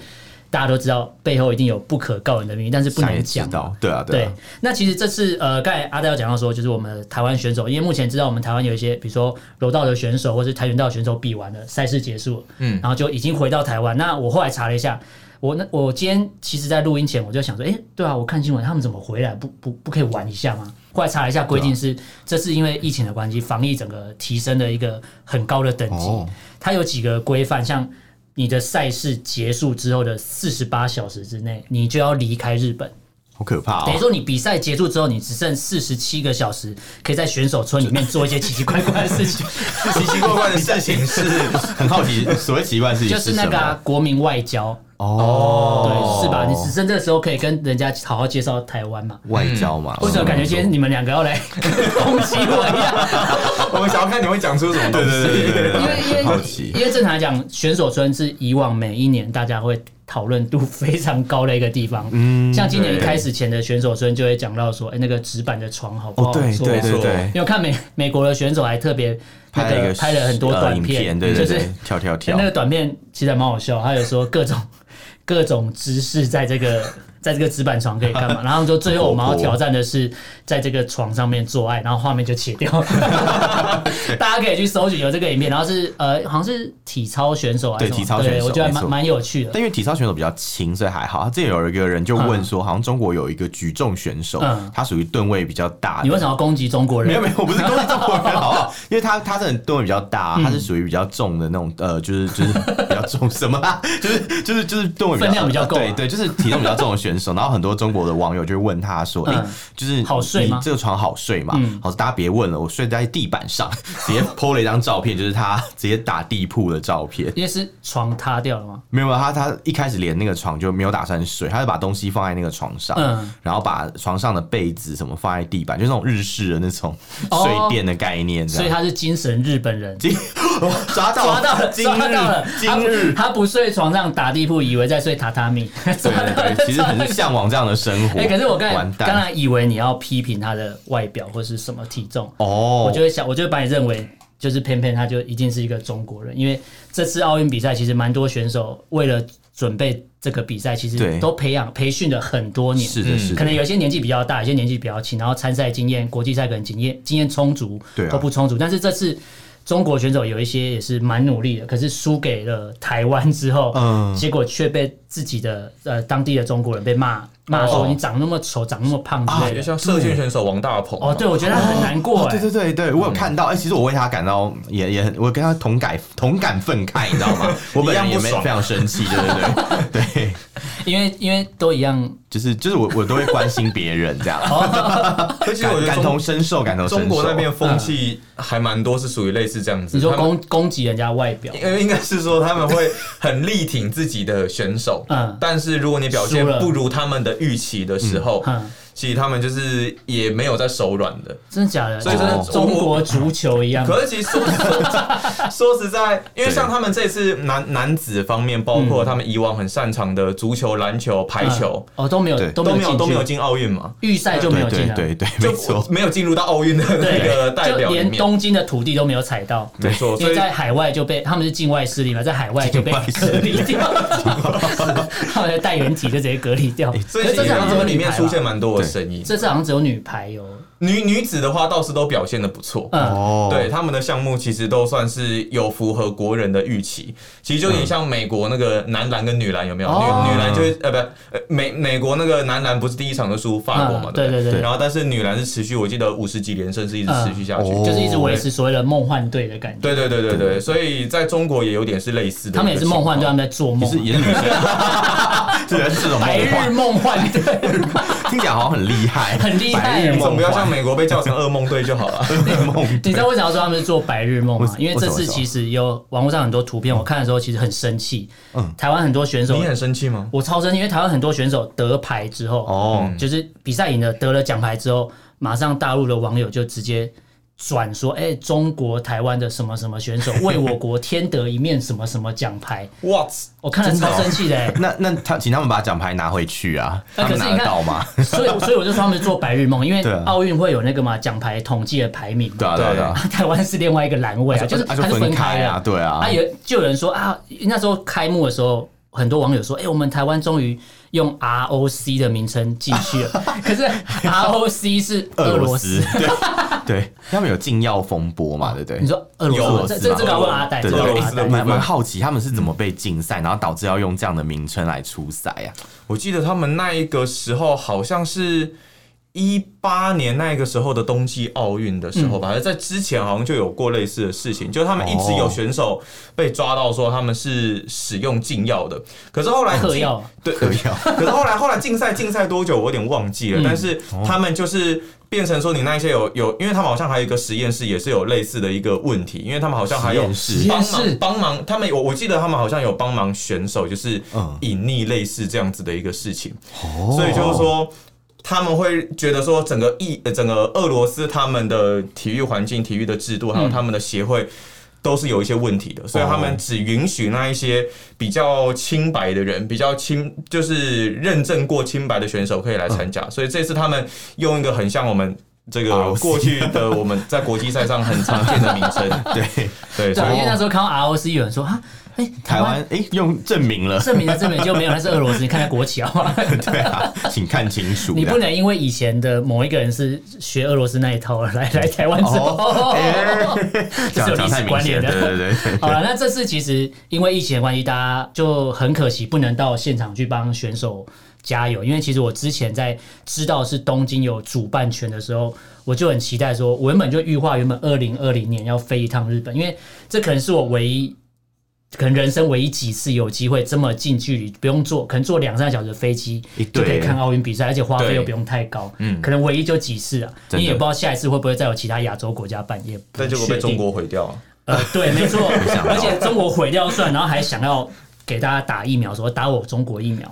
[SPEAKER 2] 大家都知道背后一定有不可告人的秘密，但是不
[SPEAKER 3] 想
[SPEAKER 2] 能
[SPEAKER 3] 也知
[SPEAKER 2] 讲。
[SPEAKER 3] 道，对啊，对
[SPEAKER 2] 对
[SPEAKER 3] 啊，，
[SPEAKER 2] 那其实这次呃，刚才阿戴有讲到说，就是我们台湾选手，因为目前知道我们台湾有一些，比如说柔道的选手或是跆拳道的选手比完了，赛事结束，嗯，然后就已经回到台湾。那我后来查了一下，我那我今天其实，在录音前我就想说，诶，对啊，我看新闻，他们怎么回来不不不可以玩一下吗？后来查了一下，规定是、这是因为疫情的关系，防疫整个提升的一个很高的等级，
[SPEAKER 3] 哦
[SPEAKER 2] 它有几个规范，像。你的赛事结束之后的四十八小时之内，你就要离开日本。
[SPEAKER 3] 好可怕
[SPEAKER 2] 等于
[SPEAKER 3] 哦。
[SPEAKER 2] 说你比赛结束之后，你只剩四十七个小时，可以在选手村里面做一些奇奇怪怪的事 情，
[SPEAKER 1] 奇奇怪怪的事情
[SPEAKER 3] 是很好奇，所谓奇怪的事情
[SPEAKER 2] 就是
[SPEAKER 3] 是
[SPEAKER 2] 那
[SPEAKER 3] 什
[SPEAKER 2] 个啊、
[SPEAKER 3] 么？
[SPEAKER 2] 国民外交，
[SPEAKER 3] 哦，
[SPEAKER 2] 对，是吧？你只剩这个时候可以跟人家好好介绍台湾嘛。
[SPEAKER 3] 外交嘛？
[SPEAKER 2] 嗯为什么感觉今天你们两个要来攻击我一样？
[SPEAKER 1] 我们想要看你会讲出什么东
[SPEAKER 3] 对
[SPEAKER 1] 西。
[SPEAKER 3] 对对对对，
[SPEAKER 2] 因为因
[SPEAKER 3] 很好
[SPEAKER 2] 为
[SPEAKER 3] 奇。
[SPEAKER 2] 因为正常来讲，选手村是以往每一年大家会讨论度非常高的一个地方。嗯，像今年一开始前的选手村就会讲到说，哎，那个纸板的床好不好
[SPEAKER 3] 哦，对
[SPEAKER 2] 做
[SPEAKER 3] 对
[SPEAKER 1] 没
[SPEAKER 3] 对
[SPEAKER 1] 错
[SPEAKER 3] 对
[SPEAKER 2] 因，为我看美美国的选手还特别那
[SPEAKER 3] 拍了一
[SPEAKER 2] 个
[SPEAKER 3] 个
[SPEAKER 2] 拍了很多
[SPEAKER 3] 呃
[SPEAKER 2] 短
[SPEAKER 3] 影片，对
[SPEAKER 2] 就
[SPEAKER 3] 对
[SPEAKER 2] 是
[SPEAKER 3] 对，跳跳跳
[SPEAKER 2] 那，个短片其实还蛮好笑，还有说各种各种姿势在这个在这个纸板床可以干嘛？然后说最后我们要
[SPEAKER 3] 哦
[SPEAKER 2] 挑战的是在这个床上面做爱，然后画面就切掉 了。大家可以去搜寻有这个影片，然后是呃，好像是体操选手还是
[SPEAKER 3] 对
[SPEAKER 2] 什么
[SPEAKER 3] 体操选手
[SPEAKER 2] 对我觉得还
[SPEAKER 3] 没
[SPEAKER 2] 蛮
[SPEAKER 3] 错
[SPEAKER 2] 蛮有趣的。
[SPEAKER 3] 但因为体操选手比较轻，所以还好。之前有一个人就问说，好像中国有一个举重选手，
[SPEAKER 2] 嗯
[SPEAKER 3] 他属于吨位比较大的。
[SPEAKER 2] 你为什么要攻击中国人？
[SPEAKER 3] 没有没有，我不是攻击中国人，好 不好？哦因为他他真的吨位比较大，
[SPEAKER 2] 嗯
[SPEAKER 3] 他是属于比较重的那种，呃，就是就是比较重 什么啦，就是就是就是吨位
[SPEAKER 2] 分量比较够啊
[SPEAKER 3] 对对，就是体重比较重的选手。 然后很多中国的网友就问他说，哎
[SPEAKER 2] 嗯，
[SPEAKER 3] 就是
[SPEAKER 2] 好睡吗
[SPEAKER 3] 你这个床好睡吗
[SPEAKER 2] 嗯？
[SPEAKER 3] 好，大家别问了，我睡在地板上， 直接 PO 了一张照片，就是他直接打地铺的照片。
[SPEAKER 2] 因为是床塌掉了嘛。
[SPEAKER 3] 没有，没有他他一开始连那个床就没有打算睡，他就把东西放在那个床上，
[SPEAKER 2] 嗯
[SPEAKER 3] 然后把床上的被子什么放在地板，就是那种日式的那种
[SPEAKER 2] 哦
[SPEAKER 3] 睡垫的概念这
[SPEAKER 2] 所以
[SPEAKER 3] 样。
[SPEAKER 2] 他是精神日本人，
[SPEAKER 3] 今抓到
[SPEAKER 2] 抓到了，
[SPEAKER 3] 今
[SPEAKER 2] 抓到了
[SPEAKER 3] 日，今日。
[SPEAKER 2] 他不他不睡床上打地铺，以为在睡榻榻 米。
[SPEAKER 3] 对对对，其实很向往这样的生活。
[SPEAKER 2] 哎、可是我刚才
[SPEAKER 3] 完
[SPEAKER 2] 刚
[SPEAKER 3] 蛋
[SPEAKER 2] 才以为你要批评他的外表或是什么体重，
[SPEAKER 3] 哦
[SPEAKER 2] 我就会想，我就会把你认为就是偏偏他就一定是一个中国人，因为这次奥运比赛其实蛮多选手为了准备这个比赛，其
[SPEAKER 3] 对
[SPEAKER 2] 实都培养培训了很多年。
[SPEAKER 3] 是的，
[SPEAKER 1] 嗯
[SPEAKER 3] 是
[SPEAKER 2] 可
[SPEAKER 3] 的，
[SPEAKER 2] 能有些年纪比较大，有些年纪比较轻，然后参赛经验、国际赛可能经验经验充足，
[SPEAKER 3] 对啊
[SPEAKER 2] 都不充足。但是这次中国选手有一些也是蛮努力的，可是输给了台湾之后，
[SPEAKER 3] 嗯
[SPEAKER 2] 结果却被自己的呃当地的中国人被骂骂说、
[SPEAKER 1] 哦
[SPEAKER 2] 你长那么丑，长那么胖
[SPEAKER 3] 啊
[SPEAKER 2] 之类
[SPEAKER 1] 就
[SPEAKER 2] 的。
[SPEAKER 1] 像射箭选手王大鹏嘛啊
[SPEAKER 2] 哦，对，，我觉得他很难过
[SPEAKER 3] 哦
[SPEAKER 2] 哎、
[SPEAKER 3] 对对对对，我有看到，哎，其实我为他感到也也很，我跟他同感同感愤慨，你知道吗？ 我本人也没
[SPEAKER 1] 一样不爽
[SPEAKER 3] 非常生气，对对对对，
[SPEAKER 2] 因为因为都一样，
[SPEAKER 3] 就是就是我 我都会关心别人这样。
[SPEAKER 2] 哦
[SPEAKER 1] 而且我觉
[SPEAKER 3] 感
[SPEAKER 1] 得
[SPEAKER 3] 感同
[SPEAKER 1] 中
[SPEAKER 3] 身受，感同身受。
[SPEAKER 1] 中国那边风气还蛮多是属于类似这样子，
[SPEAKER 2] 你说
[SPEAKER 1] 他们
[SPEAKER 2] 攻攻击人家外表，
[SPEAKER 1] 因为应该是说他们会很力挺自己的选手，
[SPEAKER 2] 嗯
[SPEAKER 1] 但是如果你表现
[SPEAKER 2] 输了
[SPEAKER 1] 不如他们的预期的时候，
[SPEAKER 2] 嗯嗯
[SPEAKER 1] 其实他们就是也没有在手软的。
[SPEAKER 2] 真的假的？
[SPEAKER 1] 所以真的
[SPEAKER 2] 哦中国足球一 样，
[SPEAKER 1] 可是其实说说实在，因为像他们这次嗯男男子方面，包括他们以往很擅长的足球、篮球、排球，
[SPEAKER 2] 嗯哦都没有
[SPEAKER 3] 对
[SPEAKER 2] 都没
[SPEAKER 1] 都
[SPEAKER 2] 有
[SPEAKER 1] 没有
[SPEAKER 2] 进
[SPEAKER 1] 都没有
[SPEAKER 2] 去
[SPEAKER 1] 进奥运嘛，
[SPEAKER 2] 预赛就没有进
[SPEAKER 3] 对
[SPEAKER 2] 来。
[SPEAKER 3] 对对对，
[SPEAKER 1] 就
[SPEAKER 3] 没错。
[SPEAKER 1] 没有进入到奥运的
[SPEAKER 2] 对，
[SPEAKER 1] 那个代表
[SPEAKER 2] 就
[SPEAKER 1] 里
[SPEAKER 2] 连
[SPEAKER 1] 面，
[SPEAKER 2] 东京的土地都没有踩到，
[SPEAKER 1] 没错，
[SPEAKER 2] 因
[SPEAKER 1] 所
[SPEAKER 2] 为
[SPEAKER 1] 以
[SPEAKER 2] 在海外就被他们是境外势力嘛，在海外就被
[SPEAKER 3] 境外势
[SPEAKER 2] 隔离掉， 他们的代言体就直接隔离掉。
[SPEAKER 1] 所以
[SPEAKER 2] 可
[SPEAKER 1] 其
[SPEAKER 2] 是这
[SPEAKER 1] 实
[SPEAKER 2] 次好像
[SPEAKER 1] 他
[SPEAKER 2] 只有
[SPEAKER 1] 们里
[SPEAKER 2] 女
[SPEAKER 1] 面
[SPEAKER 2] 排
[SPEAKER 1] 出现
[SPEAKER 2] 吧，
[SPEAKER 1] 蛮多的声音。
[SPEAKER 2] 这次好像只有女排有，
[SPEAKER 1] 女女子的话倒是都表现的不错，
[SPEAKER 2] 嗯，
[SPEAKER 3] 哦
[SPEAKER 1] 对，他们的项目其实都算是有符合国人的预期，其实就有点像美国那个男篮跟女篮有没有？
[SPEAKER 2] 哦
[SPEAKER 1] 女女篮就是呃不呃美美国那个男篮不是第一场就输法国嘛，
[SPEAKER 2] 嗯
[SPEAKER 1] 对不
[SPEAKER 2] 对对对
[SPEAKER 1] 然后但是女篮是持续，我记得五十几连胜是一直持续下去。
[SPEAKER 3] 嗯哦
[SPEAKER 2] 就是一直维持所谓的梦幻队的感觉，
[SPEAKER 1] 对对对对对，所以在中国也有点是类似的，
[SPEAKER 2] 他们也是梦幻队，他。们在做梦
[SPEAKER 3] 是，也是女生， 是也是这种
[SPEAKER 2] 白
[SPEAKER 3] 梦
[SPEAKER 2] 日
[SPEAKER 3] 幻，
[SPEAKER 2] 梦幻队，
[SPEAKER 3] 听起来好像很厉害，
[SPEAKER 2] 很厉害
[SPEAKER 3] 白日
[SPEAKER 1] 你总
[SPEAKER 3] 梦
[SPEAKER 1] 不要像
[SPEAKER 3] 幻
[SPEAKER 1] 美国被叫 成噩梦队就好了。
[SPEAKER 3] 梦。
[SPEAKER 2] 你知道为什么要说他们是做白日梦吗？
[SPEAKER 3] 为
[SPEAKER 2] 因为这
[SPEAKER 3] 为
[SPEAKER 2] 次
[SPEAKER 3] 什么嗯
[SPEAKER 2] 其实有网络上很多图片，我看的时候其实很生气，台湾很多选手
[SPEAKER 1] 你很生气 吗？
[SPEAKER 2] 我超生气，因为台湾很多选手得牌之后，
[SPEAKER 3] 哦
[SPEAKER 2] 就是比赛赢了得了奖牌之后，马上大陆的网友就直接转说，哎、中国台湾的什么什么选 手为我国添得一面什么什么奖牌，
[SPEAKER 1] 哇，
[SPEAKER 2] 我看了超
[SPEAKER 3] 哦
[SPEAKER 2] 生气的、哎
[SPEAKER 3] 那那他请他们把奖牌拿回去啊，
[SPEAKER 2] 那
[SPEAKER 3] 他
[SPEAKER 2] 可是
[SPEAKER 3] 们拿
[SPEAKER 2] 你
[SPEAKER 3] 得
[SPEAKER 2] 看
[SPEAKER 3] 到吗？
[SPEAKER 2] 所以所以我就说他们做白日梦，因为
[SPEAKER 3] 对啊
[SPEAKER 2] 奥运会有那个嘛奖牌统计的排名嘛。
[SPEAKER 3] 对啊对啊对啊，
[SPEAKER 2] 台湾是另外一个栏位啊，
[SPEAKER 3] 啊
[SPEAKER 2] 就是
[SPEAKER 3] 啊
[SPEAKER 2] 它
[SPEAKER 3] 就是分
[SPEAKER 2] 分开
[SPEAKER 3] 开
[SPEAKER 2] 的
[SPEAKER 3] 啊，对啊
[SPEAKER 2] 啊，有就有人说啊，那时候开幕的时候，很多网友说，哎、我们台湾终于用 ROC 的名称进 去了，可是 ROC 是俄
[SPEAKER 3] 俄
[SPEAKER 2] 罗
[SPEAKER 3] 罗
[SPEAKER 2] 斯
[SPEAKER 3] 斯。对对，他们有禁药风波嘛，对不对？
[SPEAKER 2] 你说俄
[SPEAKER 1] 有俄
[SPEAKER 2] 罗
[SPEAKER 1] 罗
[SPEAKER 2] 斯，
[SPEAKER 1] 斯
[SPEAKER 2] 这这
[SPEAKER 1] 吗
[SPEAKER 2] 这个要问阿呆，这
[SPEAKER 3] 对
[SPEAKER 2] 个
[SPEAKER 3] 对哎
[SPEAKER 1] 俄罗
[SPEAKER 2] 要问阿
[SPEAKER 1] 斯的
[SPEAKER 2] 呆
[SPEAKER 1] 部。分
[SPEAKER 3] 蛮蛮好奇，他们是怎么被禁赛，然后导致要用这样的名称来出赛啊？
[SPEAKER 1] 我记得他们那一个时候好像是一八年那个时候的冬季奥运的时候
[SPEAKER 2] 嗯
[SPEAKER 1] 吧，反正在之前好像就有过类似的事情，就是他们一直有选手被抓到说他们是使用禁药的，可是后来
[SPEAKER 2] 啊嗑
[SPEAKER 1] 禁
[SPEAKER 2] 药
[SPEAKER 1] 对，
[SPEAKER 3] 嗑药
[SPEAKER 1] 可是后来后来竞赛竞赛多久我有点忘记了，
[SPEAKER 3] 嗯
[SPEAKER 1] 但是他们就是。变成说你那一些有有，因为他们好像还有一个实验室，也是有类似的一个问题，因为他们好像还有
[SPEAKER 3] 实
[SPEAKER 2] 验
[SPEAKER 1] 帮
[SPEAKER 2] 室
[SPEAKER 1] 忙帮忙，他们我我记得他们好像有帮忙选手，就是
[SPEAKER 3] 嗯
[SPEAKER 1] 隐匿类似这样子的一个事情。
[SPEAKER 3] 哦
[SPEAKER 1] 所以就是说。他们会觉得说，整个意呃整个俄罗斯他们的体育环境、体育的制度，
[SPEAKER 3] 嗯
[SPEAKER 1] 还有他们的协会，都是有一些问题的，所以他们只允许那一些比较清白的人、比较清嗯就是认证过清白的选手可以来参加。所以这次他们用一个很像我们这个
[SPEAKER 3] ROC
[SPEAKER 1] 哦过 去的我们在国际赛上很常见的名称。
[SPEAKER 3] 对，
[SPEAKER 1] 对，
[SPEAKER 2] 对
[SPEAKER 1] 所
[SPEAKER 2] 啊，因为
[SPEAKER 1] 以
[SPEAKER 2] 那时候看到 ROC 有人说啊，哎，
[SPEAKER 3] 台湾哎、用证明了，
[SPEAKER 2] 证明的证明就没有，那是俄罗斯，你看它国旗好 不好？
[SPEAKER 3] 对啊，请看清楚。
[SPEAKER 2] 你不
[SPEAKER 3] 这样
[SPEAKER 2] 能因为以前的某一个人是学俄罗斯那一套而来来台湾之
[SPEAKER 3] 哦
[SPEAKER 2] 后，
[SPEAKER 1] 哎
[SPEAKER 2] 这是有历
[SPEAKER 3] 讲讲太
[SPEAKER 2] 史
[SPEAKER 3] 明
[SPEAKER 2] 关
[SPEAKER 3] 显
[SPEAKER 2] 联
[SPEAKER 3] 了，
[SPEAKER 2] 的。
[SPEAKER 3] 对对对。
[SPEAKER 2] 好了，那这次其实因为疫情的关系，大家就很可惜不能到现场去帮选手加油。因为其实我之前在知道是东京有主办权的时候，我就很期待说，我原本就预化原本二零二零年要飞一趟日本，因为这可能是我唯一。可能人生唯一几次有机会这么近距离，不用坐，可能坐两三个小时的飞机
[SPEAKER 3] 一
[SPEAKER 2] 就可以
[SPEAKER 3] 对
[SPEAKER 2] 看奥运比赛，而且花费
[SPEAKER 1] 对
[SPEAKER 2] 又不用太高。嗯，可能唯一就几次啊，
[SPEAKER 3] 真的
[SPEAKER 2] 你也不知道下一次会不会再有其他亚洲国家办，也不
[SPEAKER 1] 但结果被
[SPEAKER 2] 确
[SPEAKER 1] 中
[SPEAKER 2] 定
[SPEAKER 1] 国毁掉了。
[SPEAKER 2] 呃，对，没错，
[SPEAKER 3] 想到
[SPEAKER 2] 而且中国毁掉算，然后还想要给大家打疫苗，说打我中国疫苗，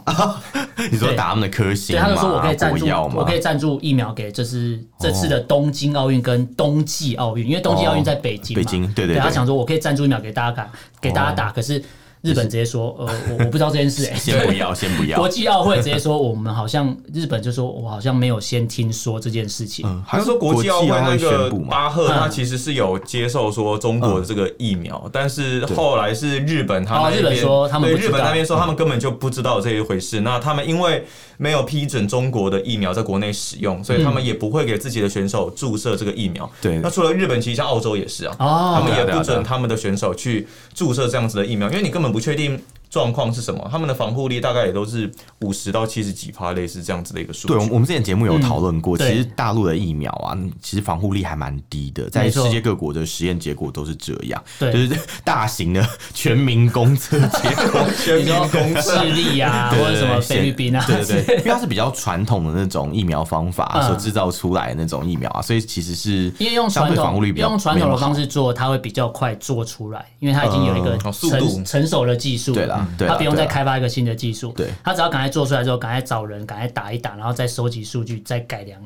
[SPEAKER 3] 你说打他们的科兴
[SPEAKER 2] 对，他
[SPEAKER 3] 吗？
[SPEAKER 2] 就说我可以赞助
[SPEAKER 3] 啊国药，
[SPEAKER 2] 我
[SPEAKER 3] 吗哦
[SPEAKER 2] 可？以赞助疫苗给这次这次的东京奥运跟冬季奥运，因为冬季奥运在北京嘛，
[SPEAKER 3] 北京对对
[SPEAKER 2] 对
[SPEAKER 3] 对哦
[SPEAKER 2] 他想说我可以赞助疫苗给大家打，给大家打，可是日本直接说，呃，我我不知道这件事，哎，
[SPEAKER 3] 先不要，先不要
[SPEAKER 2] 国。际奥会直接说我们好像日本就说我好像没有先听说这件事情，
[SPEAKER 3] 嗯，
[SPEAKER 1] 他说国际奥会那个巴赫，
[SPEAKER 2] 嗯
[SPEAKER 1] 他其实是有接受说中国的这个疫苗，但是后来是日本他
[SPEAKER 2] 哦
[SPEAKER 1] 那
[SPEAKER 2] 日本
[SPEAKER 1] 边
[SPEAKER 2] 说他们
[SPEAKER 1] 对
[SPEAKER 2] 不知
[SPEAKER 1] 日本
[SPEAKER 2] 道
[SPEAKER 1] 那边说他们根本就不知道这一回事。那他们因为没有批准中国的疫苗在国内使用，所以他们也不会给自己的选手注射这个疫苗。
[SPEAKER 3] 对
[SPEAKER 1] 那除了日本，其实像澳洲也是啊，
[SPEAKER 2] 哦
[SPEAKER 1] 他们也
[SPEAKER 3] 对啊对
[SPEAKER 1] 不
[SPEAKER 3] 啊对啊
[SPEAKER 1] 准他们的选手去注射这样子的疫苗，因为你根本不确定。状况是什么？他们的防护力大概也都是五十到七十几趴，类似这样子的一个数据。
[SPEAKER 3] 对，我们我们之前节目有讨论过，
[SPEAKER 2] 嗯
[SPEAKER 3] 其实
[SPEAKER 2] 对
[SPEAKER 3] 大陆的疫苗啊，其实防护力还蛮低的，在
[SPEAKER 2] 没错
[SPEAKER 3] 世界各国的实验结果都是这样，
[SPEAKER 2] 对
[SPEAKER 3] 就是大型的全民公测结 果。
[SPEAKER 2] 你说智利啊，或
[SPEAKER 3] 对对对
[SPEAKER 2] 者什么
[SPEAKER 3] 显
[SPEAKER 2] 菲律宾啊，
[SPEAKER 3] 对对对，因为它是比较传统的那种疫苗方法
[SPEAKER 2] 嗯
[SPEAKER 3] 所制造出来的那种疫苗啊，所以其实是
[SPEAKER 2] 因为用
[SPEAKER 3] 相
[SPEAKER 2] 传
[SPEAKER 3] 对防护
[SPEAKER 2] 统
[SPEAKER 3] 率比较
[SPEAKER 2] 用传统的
[SPEAKER 3] 没那么呃
[SPEAKER 2] 方式做，它会比较快做出来，因为它已经有一个
[SPEAKER 1] 嗯哦速
[SPEAKER 2] 成、
[SPEAKER 1] 度
[SPEAKER 2] 成熟的技术，
[SPEAKER 3] 对啦
[SPEAKER 2] 嗯
[SPEAKER 3] 对啦
[SPEAKER 2] 它不用
[SPEAKER 3] 对
[SPEAKER 2] 再
[SPEAKER 3] 啦
[SPEAKER 2] 开发一个新的技术，
[SPEAKER 3] 对
[SPEAKER 2] 它只要赶快做出来之后，赶快找人，赶快打一打，然后再收集数据，再改良，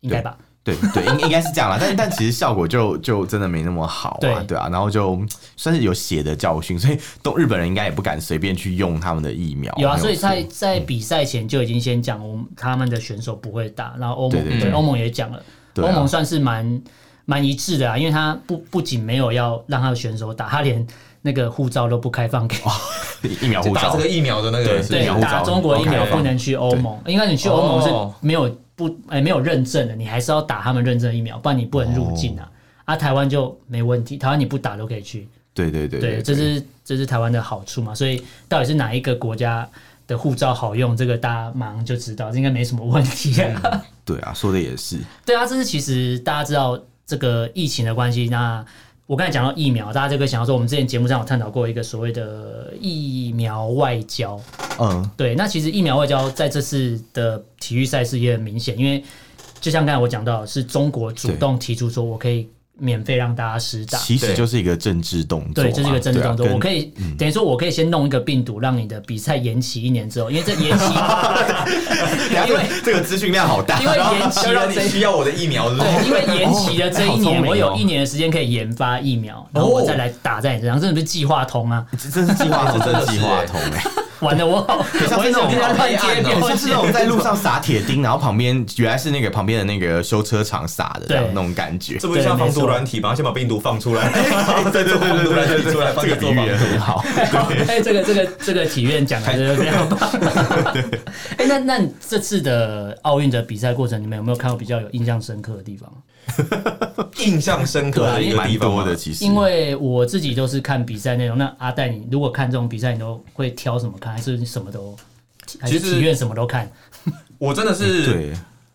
[SPEAKER 2] 应该吧？
[SPEAKER 3] 对对，应应该是这样啦，但但其实效果就就真的没那么好啊，
[SPEAKER 2] 对
[SPEAKER 3] 对啊，然后就算是有血的教训，所以东日本人应该也不敢随便去用他们的疫苗。
[SPEAKER 2] 有啊，
[SPEAKER 3] 没
[SPEAKER 2] 所以
[SPEAKER 3] 错
[SPEAKER 2] 在在比赛前就已经先讲，我们他们的选手不会打，然后欧盟
[SPEAKER 3] 对对
[SPEAKER 2] 对
[SPEAKER 3] 对
[SPEAKER 2] 欧盟也讲了，
[SPEAKER 3] 对
[SPEAKER 2] 欧
[SPEAKER 3] 啊
[SPEAKER 2] 盟算是蛮蛮一致的啊，因为他不不仅没有要让他的选手打，他连那个护照都不开放给
[SPEAKER 3] 疫苗护
[SPEAKER 1] 打
[SPEAKER 3] 照
[SPEAKER 1] 这个疫苗的那个
[SPEAKER 3] 对
[SPEAKER 1] 是
[SPEAKER 3] 疫
[SPEAKER 2] 对
[SPEAKER 3] 苗护，照
[SPEAKER 2] 打中国疫苗
[SPEAKER 3] OK
[SPEAKER 2] 不能去欧盟，因为你去欧盟
[SPEAKER 1] 哦
[SPEAKER 2] 是没有不哎、没有认证的，你还是要打他们认证疫苗，不然你不能入境啊。啊，台湾就没问题，台湾你不打都可以去，
[SPEAKER 3] 对对对
[SPEAKER 2] 对，这是这是台湾的好处嘛。所以到底是哪一个国家的护照好用，这个大家马上就知道，这应该没什么问题、
[SPEAKER 3] 对啊，说的也是，
[SPEAKER 2] 对啊，这是其实大家知道这个疫情的关系，那我刚才讲到疫苗，大家就会想到说，我们之前节目上有探讨过一个所谓的疫苗外交，
[SPEAKER 3] 嗯，
[SPEAKER 2] 对，那其实疫苗外交在这次的体育赛事也很明显，因为就像刚才我讲到，是中国主动提出说我可以免费让大家施打。
[SPEAKER 3] 其实
[SPEAKER 1] 对
[SPEAKER 3] 就是一个政治动作
[SPEAKER 2] 对，
[SPEAKER 3] 嘛，
[SPEAKER 2] 这是一个政治动作。
[SPEAKER 3] 对啊
[SPEAKER 2] 我
[SPEAKER 3] 跟
[SPEAKER 2] 可以、等于说，我可以先弄一个病毒，让你的比赛延期一年之后，因为这延期，因为
[SPEAKER 3] 这个资讯量好 大
[SPEAKER 2] 因为延期
[SPEAKER 1] 要
[SPEAKER 2] 了
[SPEAKER 1] 让你
[SPEAKER 2] 这
[SPEAKER 1] 需要我的疫苗，是不是？
[SPEAKER 2] 对，因为延期的这一
[SPEAKER 3] 好聪
[SPEAKER 2] 年，
[SPEAKER 3] 明哦
[SPEAKER 2] 我有一年的时间可以研发疫苗，然后我再来打在你身上，这不是计划通啊？
[SPEAKER 3] 这真是计划筒，
[SPEAKER 1] 真的是
[SPEAKER 3] 计划筒 哎，
[SPEAKER 2] 玩的我 好，
[SPEAKER 3] 像
[SPEAKER 2] 我
[SPEAKER 3] 是
[SPEAKER 2] 一
[SPEAKER 3] 那种
[SPEAKER 2] 直跟他 乱接
[SPEAKER 3] 很
[SPEAKER 2] 标
[SPEAKER 3] 像是那种在路上撒铁钉，然后旁边原来是那个旁边的那个修车厂撒的这样
[SPEAKER 2] 对
[SPEAKER 3] 那种感觉。
[SPEAKER 1] 这不就像防毒软体吗？先把病毒放出 来，再 做防毒软体出来，帮
[SPEAKER 3] 这
[SPEAKER 1] 你
[SPEAKER 3] 个比
[SPEAKER 1] 做
[SPEAKER 3] 喻
[SPEAKER 1] 防
[SPEAKER 3] 也
[SPEAKER 1] 毒。
[SPEAKER 3] 很好，
[SPEAKER 2] 哎，这个这个这个体院讲的就是非常棒。 哎，那那你这次的奥运的比赛过程，你们有没有看到比较有印象深刻的地方？
[SPEAKER 1] 印象深刻 的一个
[SPEAKER 3] 蛮
[SPEAKER 1] 地方
[SPEAKER 3] 多
[SPEAKER 1] 嘛
[SPEAKER 3] 的，其实。
[SPEAKER 2] 因为我自己都是看比赛内容。那阿戴，你如果看这种比赛，你都会挑什么看，还是你什么都，还是
[SPEAKER 1] 其实
[SPEAKER 2] 体院什么都看？
[SPEAKER 1] 我真的是
[SPEAKER 3] 对，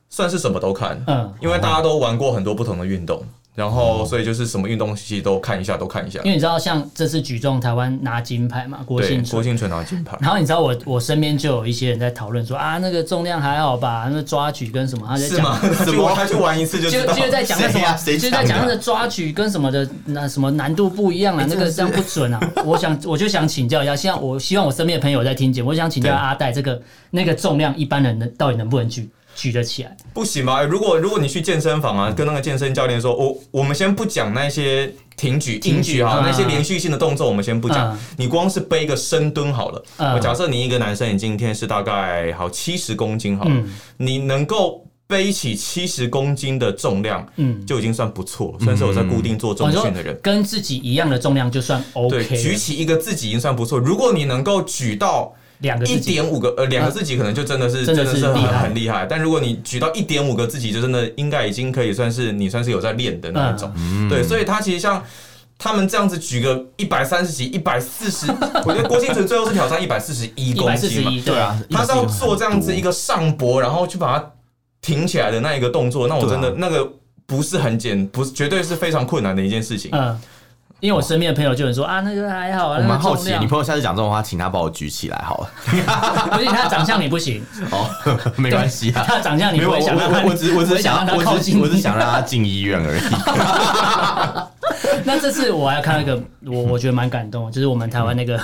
[SPEAKER 1] 算是什么都看，
[SPEAKER 2] 嗯
[SPEAKER 1] 因为大家都玩过很多不同的运动，然后所以就是什么运动其实都看一下，都看一下
[SPEAKER 2] 因。为你知道，像这次举重台湾拿金牌嘛，郭
[SPEAKER 1] 对，
[SPEAKER 2] 幸
[SPEAKER 1] 郭
[SPEAKER 2] 存。
[SPEAKER 1] 敬淳拿金 牌，
[SPEAKER 2] 然后你知道我我身边就有一些人在讨论说啊，那个重量还好吧，那抓举跟什么，他在
[SPEAKER 1] 是
[SPEAKER 2] 讲
[SPEAKER 1] 吗？怎么 他去玩一次就
[SPEAKER 2] 就
[SPEAKER 1] 知道？
[SPEAKER 2] 就在讲那什
[SPEAKER 3] 谁
[SPEAKER 2] 么，
[SPEAKER 3] 呀谁
[SPEAKER 2] 就是
[SPEAKER 3] 讲
[SPEAKER 2] 在
[SPEAKER 3] 的哎
[SPEAKER 2] 讲那个抓举跟什么的那什么难度不一样啊，那个这样不准啊。 我想我就想请教一下，现在我希望我身边的朋友在听节目，我想请教
[SPEAKER 3] 对
[SPEAKER 2] 阿戴这个那个重量，一般人能到底能不能举举得起来？
[SPEAKER 1] 不行吧？哎如果如果你去健身房
[SPEAKER 2] 嗯
[SPEAKER 1] 啊，跟那个健身教练说，我我们先不讲那些挺举、
[SPEAKER 2] 挺
[SPEAKER 1] 硬
[SPEAKER 2] 举
[SPEAKER 1] 举哈，
[SPEAKER 2] 嗯
[SPEAKER 1] 那些连续性的动作我们先不讲
[SPEAKER 2] 嗯，
[SPEAKER 1] 你光是背一个深蹲好了。
[SPEAKER 2] 嗯
[SPEAKER 1] 我假设你一个男生，你今天是大概好七十公斤好了
[SPEAKER 2] 嗯，
[SPEAKER 1] 你能够。背起七十公斤的重量，
[SPEAKER 2] 嗯
[SPEAKER 1] 嗯，就已经算不错，算是我在固定做重
[SPEAKER 2] 我说
[SPEAKER 1] 训的人。
[SPEAKER 2] 跟自己一样的重量就算 OK，
[SPEAKER 1] 对，
[SPEAKER 2] 了
[SPEAKER 1] 举起一个自己已经算不错。如果你能够举到
[SPEAKER 2] 两个
[SPEAKER 1] 一
[SPEAKER 2] 自己
[SPEAKER 1] 点五个，呃，两个自己可能就真的是
[SPEAKER 2] 真的是
[SPEAKER 1] 是
[SPEAKER 2] 厉
[SPEAKER 1] 很
[SPEAKER 2] 害
[SPEAKER 1] 很厉害。但如果你举到一点五个自己，就真的应该已经可以算是你算是有在练的那一种。
[SPEAKER 3] 嗯
[SPEAKER 1] 对，所以他其实像。他们这样子举个一百三十几、一百四十， 我觉得郭兴存最后是挑战一百四十一
[SPEAKER 2] 一
[SPEAKER 1] 公
[SPEAKER 2] 百四十
[SPEAKER 1] 斤嘛，
[SPEAKER 2] 一，对啊，
[SPEAKER 1] 他是要做这样子一
[SPEAKER 3] 个
[SPEAKER 1] 个上搏，然后去把它挺起来的那一个动作，那我真的、
[SPEAKER 3] 对啊
[SPEAKER 1] 那个不是很简，不是绝对是非常困难的一件事情。
[SPEAKER 2] 嗯，因为我身边的朋友就有人说啊，那个还好啊，
[SPEAKER 3] 我
[SPEAKER 2] 那
[SPEAKER 3] 蛮
[SPEAKER 2] 个
[SPEAKER 3] 好
[SPEAKER 2] 重
[SPEAKER 3] 奇，
[SPEAKER 2] 量
[SPEAKER 3] 你，朋友下次讲这种话，请他把我举起来好了。
[SPEAKER 2] 不是他的长相你不行，
[SPEAKER 3] 哦， 没关系啊，
[SPEAKER 2] 他的长相你
[SPEAKER 3] 没有，
[SPEAKER 2] 不
[SPEAKER 3] 我
[SPEAKER 2] 会想让
[SPEAKER 3] 我
[SPEAKER 2] 他，
[SPEAKER 3] 我只我
[SPEAKER 2] 不
[SPEAKER 3] 只是
[SPEAKER 2] 会想让
[SPEAKER 3] 想
[SPEAKER 2] 他
[SPEAKER 3] 我
[SPEAKER 2] 靠
[SPEAKER 3] 只是
[SPEAKER 2] 近
[SPEAKER 3] 我只是
[SPEAKER 2] 你。啊
[SPEAKER 3] 想让他进医院而已。
[SPEAKER 2] 那这次我还看到一个，我我觉得蛮感动的，就是我们台湾那个，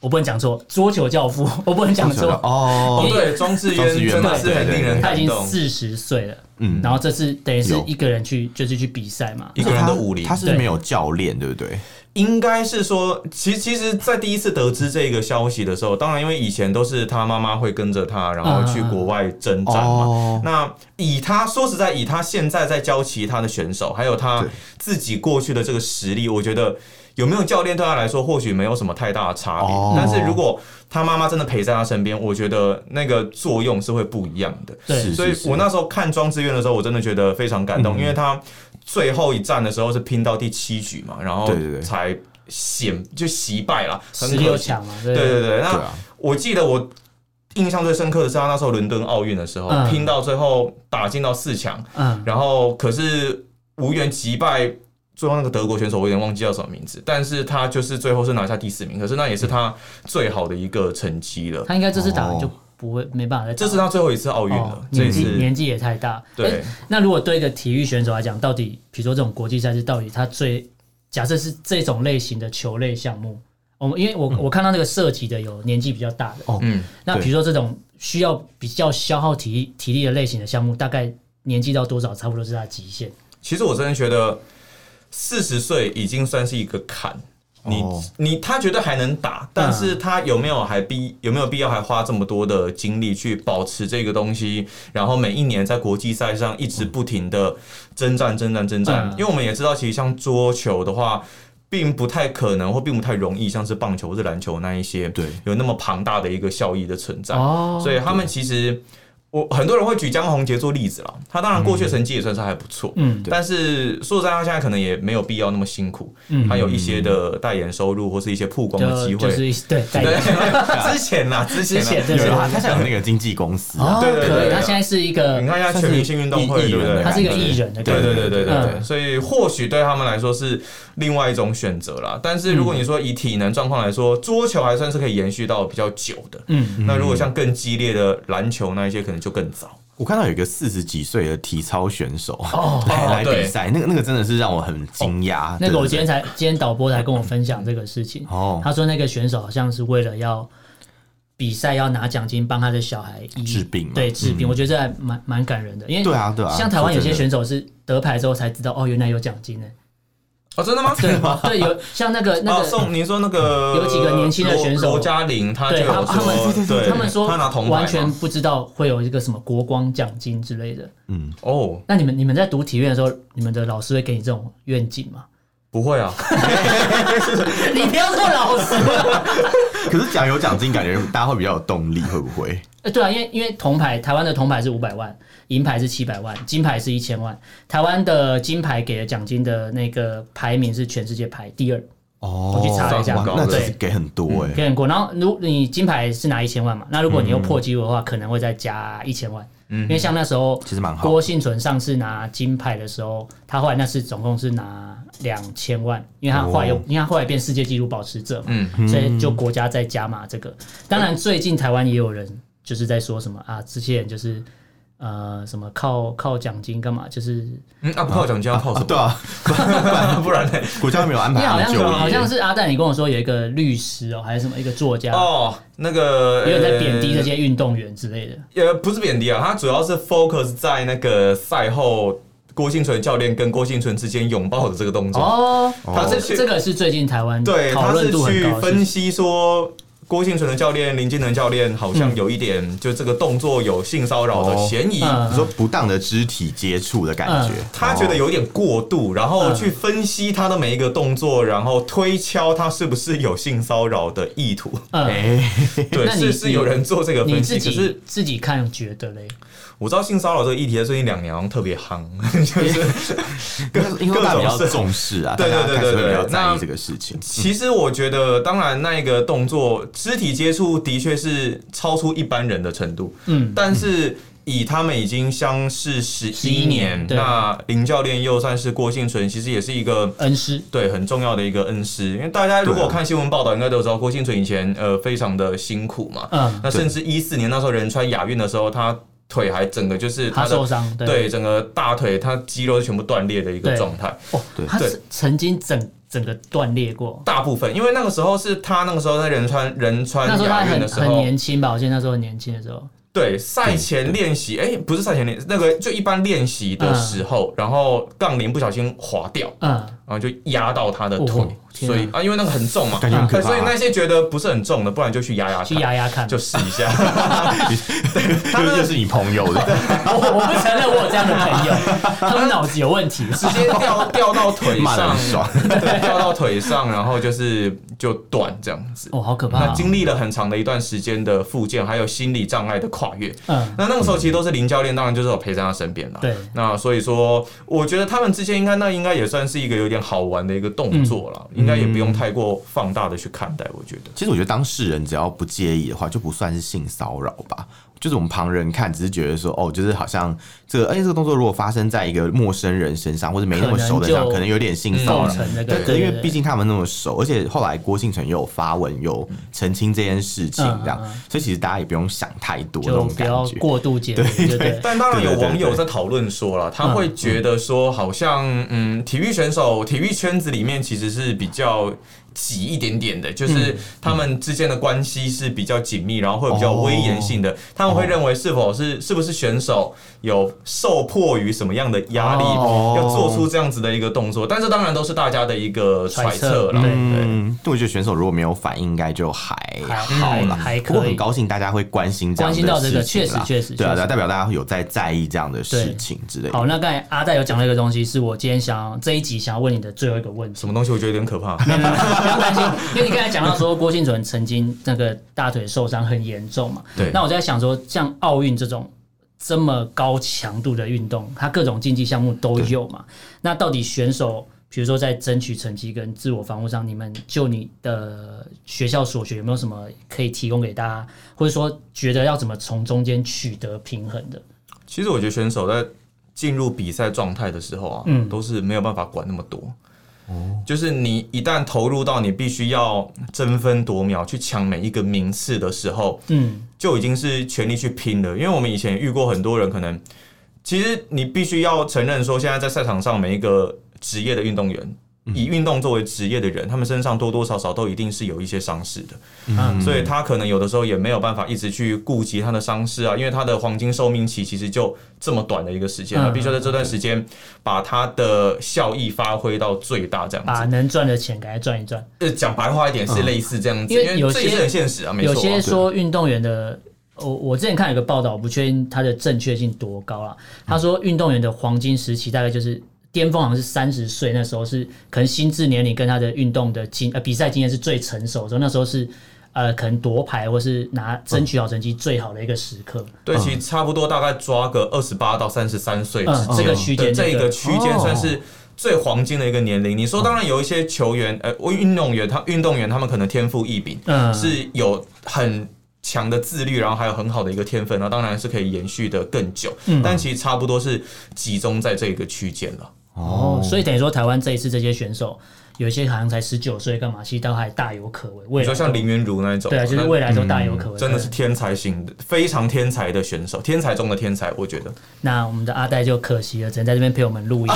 [SPEAKER 2] 我不能讲错，桌球教父， 我不能讲错，
[SPEAKER 1] 哦，
[SPEAKER 3] 哦，
[SPEAKER 1] 对，庄智
[SPEAKER 3] 庄
[SPEAKER 1] 渊
[SPEAKER 3] 智渊
[SPEAKER 1] 真的是
[SPEAKER 3] 对
[SPEAKER 1] 很
[SPEAKER 3] 对
[SPEAKER 1] 令人
[SPEAKER 2] 他已
[SPEAKER 1] 感
[SPEAKER 2] 经
[SPEAKER 1] 动。
[SPEAKER 2] 四十岁了，
[SPEAKER 3] 嗯
[SPEAKER 2] 然后这次等于是
[SPEAKER 3] 有
[SPEAKER 2] 一个人去，就是去比赛嘛，
[SPEAKER 1] 一个人的武林
[SPEAKER 3] 他是
[SPEAKER 2] 对
[SPEAKER 3] 没有教练，对不对？
[SPEAKER 1] 应该是说，其其实，在第一次得知这个消息的时候，当然因为以前都是他妈妈会跟着他，然后去国外征战嘛。
[SPEAKER 3] 哦
[SPEAKER 1] 那以他说实在，以他现在在教其他的选手，还有他
[SPEAKER 3] 对
[SPEAKER 1] 自己过去的这个实力，我觉得有没有教练对他来说，或许没有什么太大的差别。
[SPEAKER 3] 哦
[SPEAKER 1] 但是如果他妈妈真的陪在他身边，我觉得那个作用是会不一样的。
[SPEAKER 2] 对
[SPEAKER 3] 是
[SPEAKER 1] 所以
[SPEAKER 3] 是嗯
[SPEAKER 1] 我那时候看庄智渊的时候，我真的觉得非常感动，因为他最后一战的时候是拼到第七局嘛，然后
[SPEAKER 3] 对对对
[SPEAKER 1] 才险就惜败了，很
[SPEAKER 2] 十
[SPEAKER 1] 可
[SPEAKER 2] 六
[SPEAKER 1] 惜。
[SPEAKER 2] 强嘛，
[SPEAKER 1] 对
[SPEAKER 2] 对
[SPEAKER 1] 对对，
[SPEAKER 3] 对
[SPEAKER 1] 那
[SPEAKER 3] 啊，
[SPEAKER 1] 我记得我印象最深刻的是他那时候伦敦奥运的时候，
[SPEAKER 2] 嗯
[SPEAKER 1] 拼到最后打进到四强，
[SPEAKER 2] 嗯，
[SPEAKER 1] 然后可是无缘击败最后那个德国选手，我有点忘记叫什么名字，但是他就是最后是拿下第四名，可是那也是他最好的一个成绩了。
[SPEAKER 2] 他应该这次打完就
[SPEAKER 3] 哦
[SPEAKER 2] 不会没办法再打，
[SPEAKER 1] 这是他最后一次奥运了
[SPEAKER 2] 哦，
[SPEAKER 1] 这一
[SPEAKER 2] 年纪
[SPEAKER 1] 次
[SPEAKER 2] 年纪也太大。
[SPEAKER 1] 对
[SPEAKER 2] 诶那如果对一个体育选手来讲，到底比如说这种国际赛事，到底他最假设是这种类型的球类项目，我们因为我、我看到那个涉及的有年纪比较大的，
[SPEAKER 3] 哦
[SPEAKER 1] 嗯，
[SPEAKER 2] 那
[SPEAKER 3] 对
[SPEAKER 2] 比如说这种需要比较消耗体力体力的类型的项目，大概年纪到多少差不多是他的极限？
[SPEAKER 1] 其实我真的觉得四十岁已经算是一个坎。你、
[SPEAKER 3] 哦
[SPEAKER 1] 你他觉得还能打，但是他有没有还必有没有必要还花这么多的精力去保持这个东西？然后每一年在国际赛上一直不停的征战、征战、征战。
[SPEAKER 2] 嗯
[SPEAKER 1] 因为我们也知道，其实像桌球的话，并不太可能或并不太容易，像是棒球或是篮球那一些，
[SPEAKER 3] 对
[SPEAKER 1] 有那么庞大的一个效益的存在。
[SPEAKER 2] 哦
[SPEAKER 1] 所以他们其实，我很多人会举江宏杰做例子啦。他当然过去的成绩也算是还不错，
[SPEAKER 2] 嗯
[SPEAKER 1] 但是说实在，他现在可能也没有必要那么辛苦，
[SPEAKER 2] 嗯
[SPEAKER 1] 他有一些的代言收入或是一些曝光的机
[SPEAKER 2] 就
[SPEAKER 1] 会。
[SPEAKER 2] 就是对代言
[SPEAKER 1] 对，之前啦，之前
[SPEAKER 2] 之前
[SPEAKER 1] 啦，
[SPEAKER 2] 对
[SPEAKER 3] 有
[SPEAKER 2] 对
[SPEAKER 3] 有他
[SPEAKER 2] 对
[SPEAKER 3] 他想有那个经纪公司啊
[SPEAKER 2] 哦，
[SPEAKER 1] 对对对
[SPEAKER 2] 可以，
[SPEAKER 1] 对
[SPEAKER 2] 他现在是一个
[SPEAKER 1] 你看一下啊全明星运动会，
[SPEAKER 3] 算是
[SPEAKER 1] 对不对？
[SPEAKER 2] 他是一个艺人的感
[SPEAKER 1] 对
[SPEAKER 2] 觉，
[SPEAKER 1] 对对对对对，
[SPEAKER 2] 嗯
[SPEAKER 1] 所以或许对他们来说是另外一种选择啦。但是如果你说以体能状况来说，桌球还算是可以延续到比较久的。
[SPEAKER 2] 嗯，
[SPEAKER 1] 那如果像更激烈的篮球那一些，可能就更早。
[SPEAKER 3] 我看到有一个四十几岁的体操选手
[SPEAKER 2] 哦
[SPEAKER 3] 来来
[SPEAKER 1] 对
[SPEAKER 3] 比赛，那个那个真的是让我很惊讶。
[SPEAKER 2] 那个我今
[SPEAKER 3] 觉
[SPEAKER 2] 天
[SPEAKER 3] 得
[SPEAKER 2] 才，今天导播才跟我分享这个事情。
[SPEAKER 3] 哦
[SPEAKER 2] 他说那个选手好像是为了要比赛要拿奖金，帮他的小孩医
[SPEAKER 3] 治病嘛嗯
[SPEAKER 2] 对治病，我觉得这还蛮蛮感人的，因为
[SPEAKER 3] 对啊对啊
[SPEAKER 2] 像台湾有些
[SPEAKER 3] 说真
[SPEAKER 2] 选
[SPEAKER 3] 的
[SPEAKER 2] 手是得牌之后才知道，哦，原来有奖 金呢。
[SPEAKER 1] 哦，真的 吗？
[SPEAKER 2] 对对，有像那个那
[SPEAKER 1] 哦，
[SPEAKER 2] 个。
[SPEAKER 1] 宋，你说那个
[SPEAKER 2] 有几个年轻的选手
[SPEAKER 1] 罗罗嘉玲，他就
[SPEAKER 2] 对
[SPEAKER 1] 有说，
[SPEAKER 2] 他，他们
[SPEAKER 1] 对
[SPEAKER 2] 他们说
[SPEAKER 1] 他拿铜牌嘛
[SPEAKER 2] 完全不知道会有一个什么国光奖金之类的。
[SPEAKER 1] 哦，
[SPEAKER 2] 那你们你们在读体院的时候，你们的老师会给你这种愿景 吗？
[SPEAKER 1] 不会啊，
[SPEAKER 2] 你不要做老师，
[SPEAKER 3] 可是讲有奖 金，感觉大家会比较有动力，会不会？
[SPEAKER 2] 呃，对啊，因为因为铜牌，台湾的铜牌是五百万，银牌是七百万，金牌是一千万。台湾的金牌给的奖金的那个排名是全世界排第二，
[SPEAKER 3] 哦
[SPEAKER 2] 我去查了一下
[SPEAKER 3] 哇那真是
[SPEAKER 2] 对嗯
[SPEAKER 3] 给很多哎。
[SPEAKER 2] 给很过。然后如你金牌是拿一千万嘛，那如果你又破纪录的话，可能会再加一千万。因为像那时候
[SPEAKER 3] 其实蛮好
[SPEAKER 2] 郭幸存上次拿金牌的时候，他后来那次总共是拿两千万，因为他后来又、
[SPEAKER 3] 哦
[SPEAKER 2] 因为他后来变世界纪录保持者嘛，
[SPEAKER 1] 嗯
[SPEAKER 2] 所以就国家在加码这个。当然，最近台湾也有人就是在说什么啊，这些人就是呃什么靠靠奖金干嘛，就是
[SPEAKER 1] 嗯，啊，不靠奖金要靠什
[SPEAKER 3] 啊
[SPEAKER 1] 么？
[SPEAKER 3] 对啊，
[SPEAKER 1] 不然呢？
[SPEAKER 3] 国家没有安
[SPEAKER 2] 因为好
[SPEAKER 3] 排他们
[SPEAKER 2] 像
[SPEAKER 3] 就业，
[SPEAKER 2] 好像是阿蛋，你跟我说有一个律师哦，还是什么一个作家，
[SPEAKER 1] 哦，那个
[SPEAKER 2] 也有在贬低这
[SPEAKER 1] 呃
[SPEAKER 2] 些运动员之类的。
[SPEAKER 1] 呃，不是贬低啊，他主要是 focus 在那个赛后郭幸存教练跟郭幸存之间拥抱的这个动作。
[SPEAKER 2] 哦，
[SPEAKER 1] 他是去
[SPEAKER 2] 这个是最近台湾
[SPEAKER 1] 对，
[SPEAKER 2] 讨
[SPEAKER 1] 他
[SPEAKER 2] 论
[SPEAKER 1] 是
[SPEAKER 2] 度很
[SPEAKER 1] 去
[SPEAKER 2] 高的事
[SPEAKER 1] 分
[SPEAKER 2] 情。
[SPEAKER 1] 析说郭幸存的教练林金能教练好
[SPEAKER 2] 嗯
[SPEAKER 1] 像有一点就这个动作有性骚扰的嫌疑。
[SPEAKER 2] 嗯
[SPEAKER 3] 你说不当的肢体接触的感觉，哦
[SPEAKER 1] 他觉得有点过度，然后去分析他的每一个动作，然后推敲他是不是有性骚扰的意 图。
[SPEAKER 2] 嗯，
[SPEAKER 3] 哎，
[SPEAKER 1] 对，
[SPEAKER 2] 那你
[SPEAKER 1] 是是有人做这个
[SPEAKER 2] 你
[SPEAKER 1] 分
[SPEAKER 2] 自
[SPEAKER 1] 析，可是
[SPEAKER 2] 己自己看觉得嘞，
[SPEAKER 1] 我知道性骚扰这个议题在最近两年好像特别夯， 就是
[SPEAKER 3] 因为因为大家比较
[SPEAKER 1] 各种事
[SPEAKER 3] 重视啊，
[SPEAKER 1] 对对
[SPEAKER 3] 大家
[SPEAKER 1] 对
[SPEAKER 3] 开
[SPEAKER 1] 对
[SPEAKER 3] 始会比较
[SPEAKER 1] 对
[SPEAKER 3] 在
[SPEAKER 1] 那
[SPEAKER 3] 意这个事 情。
[SPEAKER 1] 其实我觉得，当然那一个动作肢体接触的确是超出一般人的程度，
[SPEAKER 2] 嗯，
[SPEAKER 1] 但是以他们已经相识十一
[SPEAKER 2] 11
[SPEAKER 1] 年
[SPEAKER 2] 年，对
[SPEAKER 1] 那林教练又算是郭幸存，其实也是一个。
[SPEAKER 2] 恩师，
[SPEAKER 1] 对，很重要的一个恩师，因为大家如果
[SPEAKER 3] 对啊
[SPEAKER 1] 看新闻报道，应该都知道郭幸存以前呃非常的辛苦嘛。
[SPEAKER 2] 嗯，
[SPEAKER 1] 那甚至一四年那时候仁川亚运的时候，他腿还整个就是
[SPEAKER 2] 他
[SPEAKER 1] 他
[SPEAKER 2] 受
[SPEAKER 1] 的
[SPEAKER 2] 伤，
[SPEAKER 1] 对整个大腿，他肌肉全部断裂的一个
[SPEAKER 2] 对
[SPEAKER 1] 状态。
[SPEAKER 2] 哦
[SPEAKER 3] 对，
[SPEAKER 2] 他
[SPEAKER 1] 对
[SPEAKER 2] 是曾经整整个断裂过，
[SPEAKER 1] 大部分，因为那个时候是他那个时候在仁川仁川
[SPEAKER 2] 那时候他
[SPEAKER 1] 亚运
[SPEAKER 2] 很
[SPEAKER 1] 的时
[SPEAKER 2] 很
[SPEAKER 1] 候，
[SPEAKER 2] 年轻吧，我记得那时候很年轻的时候，
[SPEAKER 1] 对赛前练习，哎、不是赛前练，那个就一般练习的时候，然后杠铃不小心滑掉，
[SPEAKER 2] 嗯，
[SPEAKER 1] 然后就压到他的腿，
[SPEAKER 2] 哦天
[SPEAKER 1] 所
[SPEAKER 2] 啊
[SPEAKER 1] 以啊，因为那个很重嘛，
[SPEAKER 3] 感觉很可怕
[SPEAKER 1] 所以那些觉得不是很重的，不然就去压压
[SPEAKER 2] 去
[SPEAKER 1] 看
[SPEAKER 2] 压压看，
[SPEAKER 1] 就试一下。
[SPEAKER 3] 他们就是你朋友的，
[SPEAKER 2] 我哦我不承认我有这样的朋友，他们脑子有问 题，
[SPEAKER 1] 直接掉掉到腿
[SPEAKER 3] 骂得
[SPEAKER 1] 上
[SPEAKER 3] 很，爽
[SPEAKER 1] 对，掉到腿上，然后就是就断这样子。
[SPEAKER 2] 哦，好可怕
[SPEAKER 1] 那
[SPEAKER 2] 啊，
[SPEAKER 1] 经历了很长的一段时间的复健，还有心理障碍的跨越，
[SPEAKER 2] 嗯，
[SPEAKER 1] 那那个时候其实都是林教练，当然就是有陪在他身边了。
[SPEAKER 2] 对
[SPEAKER 1] 那所以说，我觉得他们之间应该那应该也算是一个有点好玩的一个动作了，应该也不用太过放大的去看待。我觉得，
[SPEAKER 3] 其实我觉得当事人只要不介意的话，就不算是性骚扰吧。就是我们旁人看，只是觉得说，哦，就是好像这个，而哎且这个动作如果发生在一个陌生人身上，或者没那么熟的人
[SPEAKER 2] 可能
[SPEAKER 3] 上，
[SPEAKER 2] 就
[SPEAKER 3] 可能有点性骚
[SPEAKER 2] 构
[SPEAKER 3] 扰。
[SPEAKER 2] 成那个，
[SPEAKER 3] 对，
[SPEAKER 2] 对
[SPEAKER 3] 可
[SPEAKER 2] 对
[SPEAKER 3] 是因为
[SPEAKER 2] 对
[SPEAKER 3] 毕竟他们那么熟，而且后来郭庆城也有发文有澄清这件事情，这样
[SPEAKER 2] 嗯嗯嗯，
[SPEAKER 3] 所以其实大家也不用想太多那
[SPEAKER 2] 就
[SPEAKER 3] 种
[SPEAKER 2] 不
[SPEAKER 3] 感
[SPEAKER 2] 要
[SPEAKER 3] 觉。
[SPEAKER 2] 过度解读，对不对？
[SPEAKER 1] 但当然有
[SPEAKER 3] 对对对嗯
[SPEAKER 1] 网友在讨论说了，他会觉得说，好像嗯，体育选手、体育圈子里面其实是比较。挤一点点的，
[SPEAKER 3] 嗯
[SPEAKER 1] 就是他们之间的关系是比较紧密，然后会有比较威严性
[SPEAKER 3] 嗯
[SPEAKER 1] 的。他们会认为是否是是不是选手有受迫于什么样的压力，
[SPEAKER 3] 哦
[SPEAKER 1] 要做出这样子的一个动作？但这当然都是大家的一个揣测啦。
[SPEAKER 2] 揣测
[SPEAKER 1] 对，
[SPEAKER 3] 嗯，但我觉得选手如果没有反应，应该就还好啦。
[SPEAKER 2] 还还
[SPEAKER 3] 不过
[SPEAKER 2] 可以
[SPEAKER 3] 很高兴大家会关心这样
[SPEAKER 2] 关
[SPEAKER 3] 的
[SPEAKER 2] 心到这个
[SPEAKER 3] 事情啦
[SPEAKER 2] 确实确实
[SPEAKER 3] 对啊，
[SPEAKER 2] 确
[SPEAKER 3] 对啊
[SPEAKER 2] 实
[SPEAKER 3] 代表大家会有在在意这样的事情之类的。
[SPEAKER 2] 好，那刚才阿戴有讲到一个东西，是我今天想这一集想要问你的最后一个问题
[SPEAKER 1] 什。么东西我觉得有点可怕。
[SPEAKER 2] 没有没有不要担心，因为你刚才讲到说郭幸存曾经那个大腿受伤很严重嘛。
[SPEAKER 1] 对
[SPEAKER 2] 那我在想说，像奥运这种这么高强度的运动，它各种竞技项目都有嘛。那到底选手，比如说在争取成绩跟自我防护上，你们就你的学校所学有没有什么可以提供给大家，或者说觉得要怎么从中间取得平衡的？
[SPEAKER 1] 其实我觉得选手在进入比赛状态的时候啊，
[SPEAKER 2] 嗯
[SPEAKER 1] 都是没有办法管那么多。就是你一旦投入到你必须要争分夺秒去抢每一个名次的时候，
[SPEAKER 2] 嗯，
[SPEAKER 1] 就已经是全力去拼了。因为我们以前遇过很多人，可能其实你必须要承认说，现在在赛场上每一个职业的运动员，以运动作为职业的人，他们身上多多少少都一定是有一些伤势的。
[SPEAKER 2] 嗯
[SPEAKER 1] 所以他可能有的时候也没有办法一直去顾及他的伤势啊，因为他的黄金寿命期其实就这么短的一个时间，
[SPEAKER 2] 嗯
[SPEAKER 1] 他必须要在这段时间把他的效益发挥到最大，这样
[SPEAKER 2] 把
[SPEAKER 1] 子。
[SPEAKER 2] 能赚的钱给它赚一赚。
[SPEAKER 1] 呃，讲白话一点是类似这样子，
[SPEAKER 2] 啊因为
[SPEAKER 1] 因
[SPEAKER 2] 有
[SPEAKER 1] 为
[SPEAKER 2] 些
[SPEAKER 1] 这也是很现实啊，没错
[SPEAKER 2] 有
[SPEAKER 1] 啊。
[SPEAKER 2] 些嗯说运动员的，我我之前看有个报道，我不确定它的正确性多高啦。
[SPEAKER 1] 嗯
[SPEAKER 2] 他说运动员的黄金时期大概就是巅峰，好像是三十岁，那时候是可能心智年龄跟他的运动的经呃比赛经验是最成熟的时候，那时候是。呃，可能夺牌或是拿争取好成绩最好的一个时刻，
[SPEAKER 1] 对，其实差不多大概抓个二十八到三十三岁之
[SPEAKER 2] 嗯
[SPEAKER 1] 间，
[SPEAKER 2] 这个区间
[SPEAKER 1] 对这
[SPEAKER 2] 对
[SPEAKER 1] 个区间
[SPEAKER 3] 哦
[SPEAKER 1] 算是。最黄金的一个年龄，你说当然有一些球员，呃，运动员他运动员他们可能天赋异禀，
[SPEAKER 2] 嗯
[SPEAKER 1] 是有很强的自律，然后还有很好的一个天分，那当然是可以延续的更久，
[SPEAKER 2] 嗯
[SPEAKER 1] 但其实差不多是集中在这个区间了。
[SPEAKER 2] 哦，所以等于说台湾这一次这些选手，有一些好像才十九岁，干嘛，其实都还大有可为。未
[SPEAKER 1] 你说
[SPEAKER 2] 来
[SPEAKER 1] 像
[SPEAKER 2] 都
[SPEAKER 1] 林元如那一种，
[SPEAKER 2] 啊对啊，就是
[SPEAKER 1] 那嗯
[SPEAKER 2] 未来都大有可为，
[SPEAKER 1] 真的是天才型的，非常天才的选手，天才中的天才，我觉得。
[SPEAKER 2] 那我们的阿呆就可惜了，只能在这边陪我们录 音，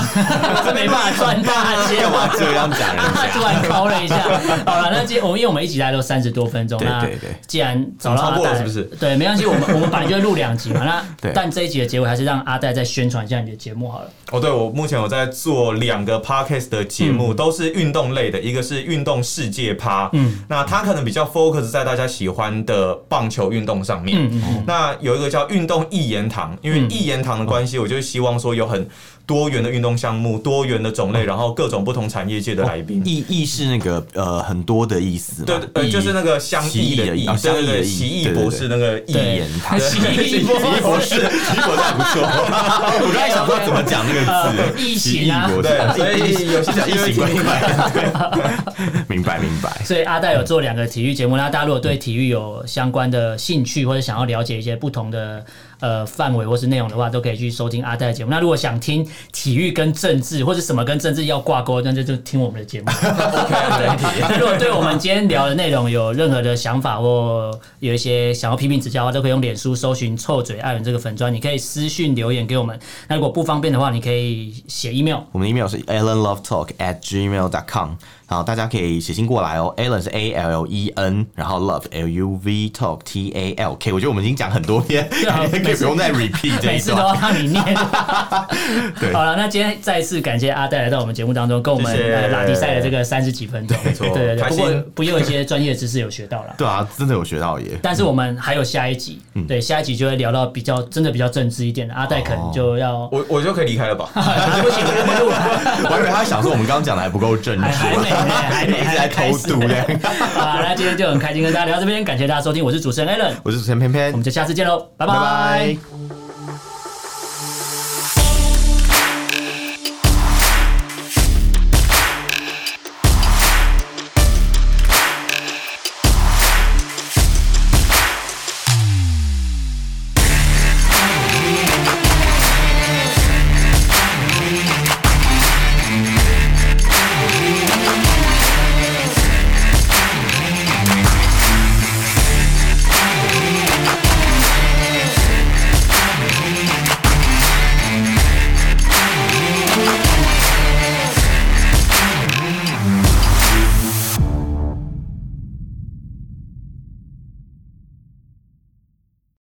[SPEAKER 2] 真没办法赚大钱。啊
[SPEAKER 3] 干 嘛这样讲人家？
[SPEAKER 2] 突然敲了一下，好了，那今我们因为我们一集大概都三十多分钟，
[SPEAKER 3] 对
[SPEAKER 2] 那
[SPEAKER 3] 对对
[SPEAKER 2] 既然找到阿
[SPEAKER 1] 我们超过了
[SPEAKER 2] 呆，
[SPEAKER 1] 是不是
[SPEAKER 2] 对，没关系，我们我们本来就会录两集嘛，那
[SPEAKER 3] 对
[SPEAKER 2] 但这一集的结尾还是让阿呆再宣传一下你的节目好了。
[SPEAKER 1] 哦，对，我目前有在做两个 podcast 的节目，都是运动类的，一个是运动世界趴，嗯，那它可能比较 focus 在大家喜欢的棒球运动上面。那有一个叫运动一言堂，因为一言堂的关系，我就希望说有很多元的运动项目、多元的种类，然后各种不同产业界的来宾。
[SPEAKER 3] 意意是那个呃很多的意思嘛，
[SPEAKER 1] 对，呃，
[SPEAKER 3] 意
[SPEAKER 1] 就是那个相
[SPEAKER 3] 奇
[SPEAKER 1] 异
[SPEAKER 3] 异
[SPEAKER 1] 的
[SPEAKER 3] 的哦
[SPEAKER 1] 异，
[SPEAKER 3] 异
[SPEAKER 1] 对对对，奇
[SPEAKER 3] 奇
[SPEAKER 1] 异
[SPEAKER 3] 异
[SPEAKER 1] 博士那个异
[SPEAKER 2] 对
[SPEAKER 1] 言
[SPEAKER 3] 言 堂，
[SPEAKER 2] 奇异博士
[SPEAKER 3] 博士，奇异博士还不错。 我刚才想说怎么讲那个
[SPEAKER 2] 呃
[SPEAKER 3] 字，
[SPEAKER 2] 异形啊
[SPEAKER 3] 奇异博士
[SPEAKER 1] 对，所以有些小
[SPEAKER 3] 异
[SPEAKER 1] 因为
[SPEAKER 3] 形怪怪的， 对，明白明白。
[SPEAKER 2] 所以阿戴有做两个体育节目，那大家如果对体育有相关的兴趣，或者想要了解一些不同的呃范围或是内容的话，都可以去收听阿戴的节目。那如果想听体育跟政治或者什么跟政治要挂钩，那就就听我们的节目。那 如果对我们今天聊的内容有任何的想法或有一些想要批评指教的话，都可以用脸书搜寻“臭嘴艾伦”这个粉砖，你可以私讯留言给我们。那如果不方便的话，你可以写 email。
[SPEAKER 3] 我们的 email 是 alanlovetalk at gmail dot com，然后大家可以写信过来哦。Alan 是 A L E N，然后 love L U V talk T A L K。我觉得我们已经讲很多 遍，
[SPEAKER 2] 啊
[SPEAKER 3] 感觉 可以不用再 repeat 这
[SPEAKER 2] 每
[SPEAKER 3] 一
[SPEAKER 2] 次都要
[SPEAKER 3] 段。
[SPEAKER 2] 让你念。
[SPEAKER 3] 对
[SPEAKER 2] 好了，那今天再次感谢阿戴来到我们节目当中，跟我们
[SPEAKER 1] 谢谢
[SPEAKER 2] 呃拉迪赛的这个三十几分钟，
[SPEAKER 1] 错
[SPEAKER 2] 对对对。
[SPEAKER 1] 开
[SPEAKER 2] 不
[SPEAKER 1] 心
[SPEAKER 2] 过不也有一些专业知识有学到 了。
[SPEAKER 3] 对啊，真的有学到 耶。
[SPEAKER 2] 但是我们还有下一集，对，下一集就会聊到比较真的比较政治一点的，阿戴可能就要
[SPEAKER 1] 我我就可以离开了吧？
[SPEAKER 2] 啊不行，我们录了，
[SPEAKER 3] 我还以为他想说我们刚刚讲的还不够正
[SPEAKER 2] 还
[SPEAKER 3] 确
[SPEAKER 2] 还，没呢，还没
[SPEAKER 3] 一直在偷渡这样。
[SPEAKER 2] 好，那今天就很开心跟大家聊到这边，感谢大家收听，我是主持人 Allen，
[SPEAKER 3] 我是主持人偏偏
[SPEAKER 2] 我，们就下次见喽，拜
[SPEAKER 3] 拜
[SPEAKER 2] 拜
[SPEAKER 3] 拜。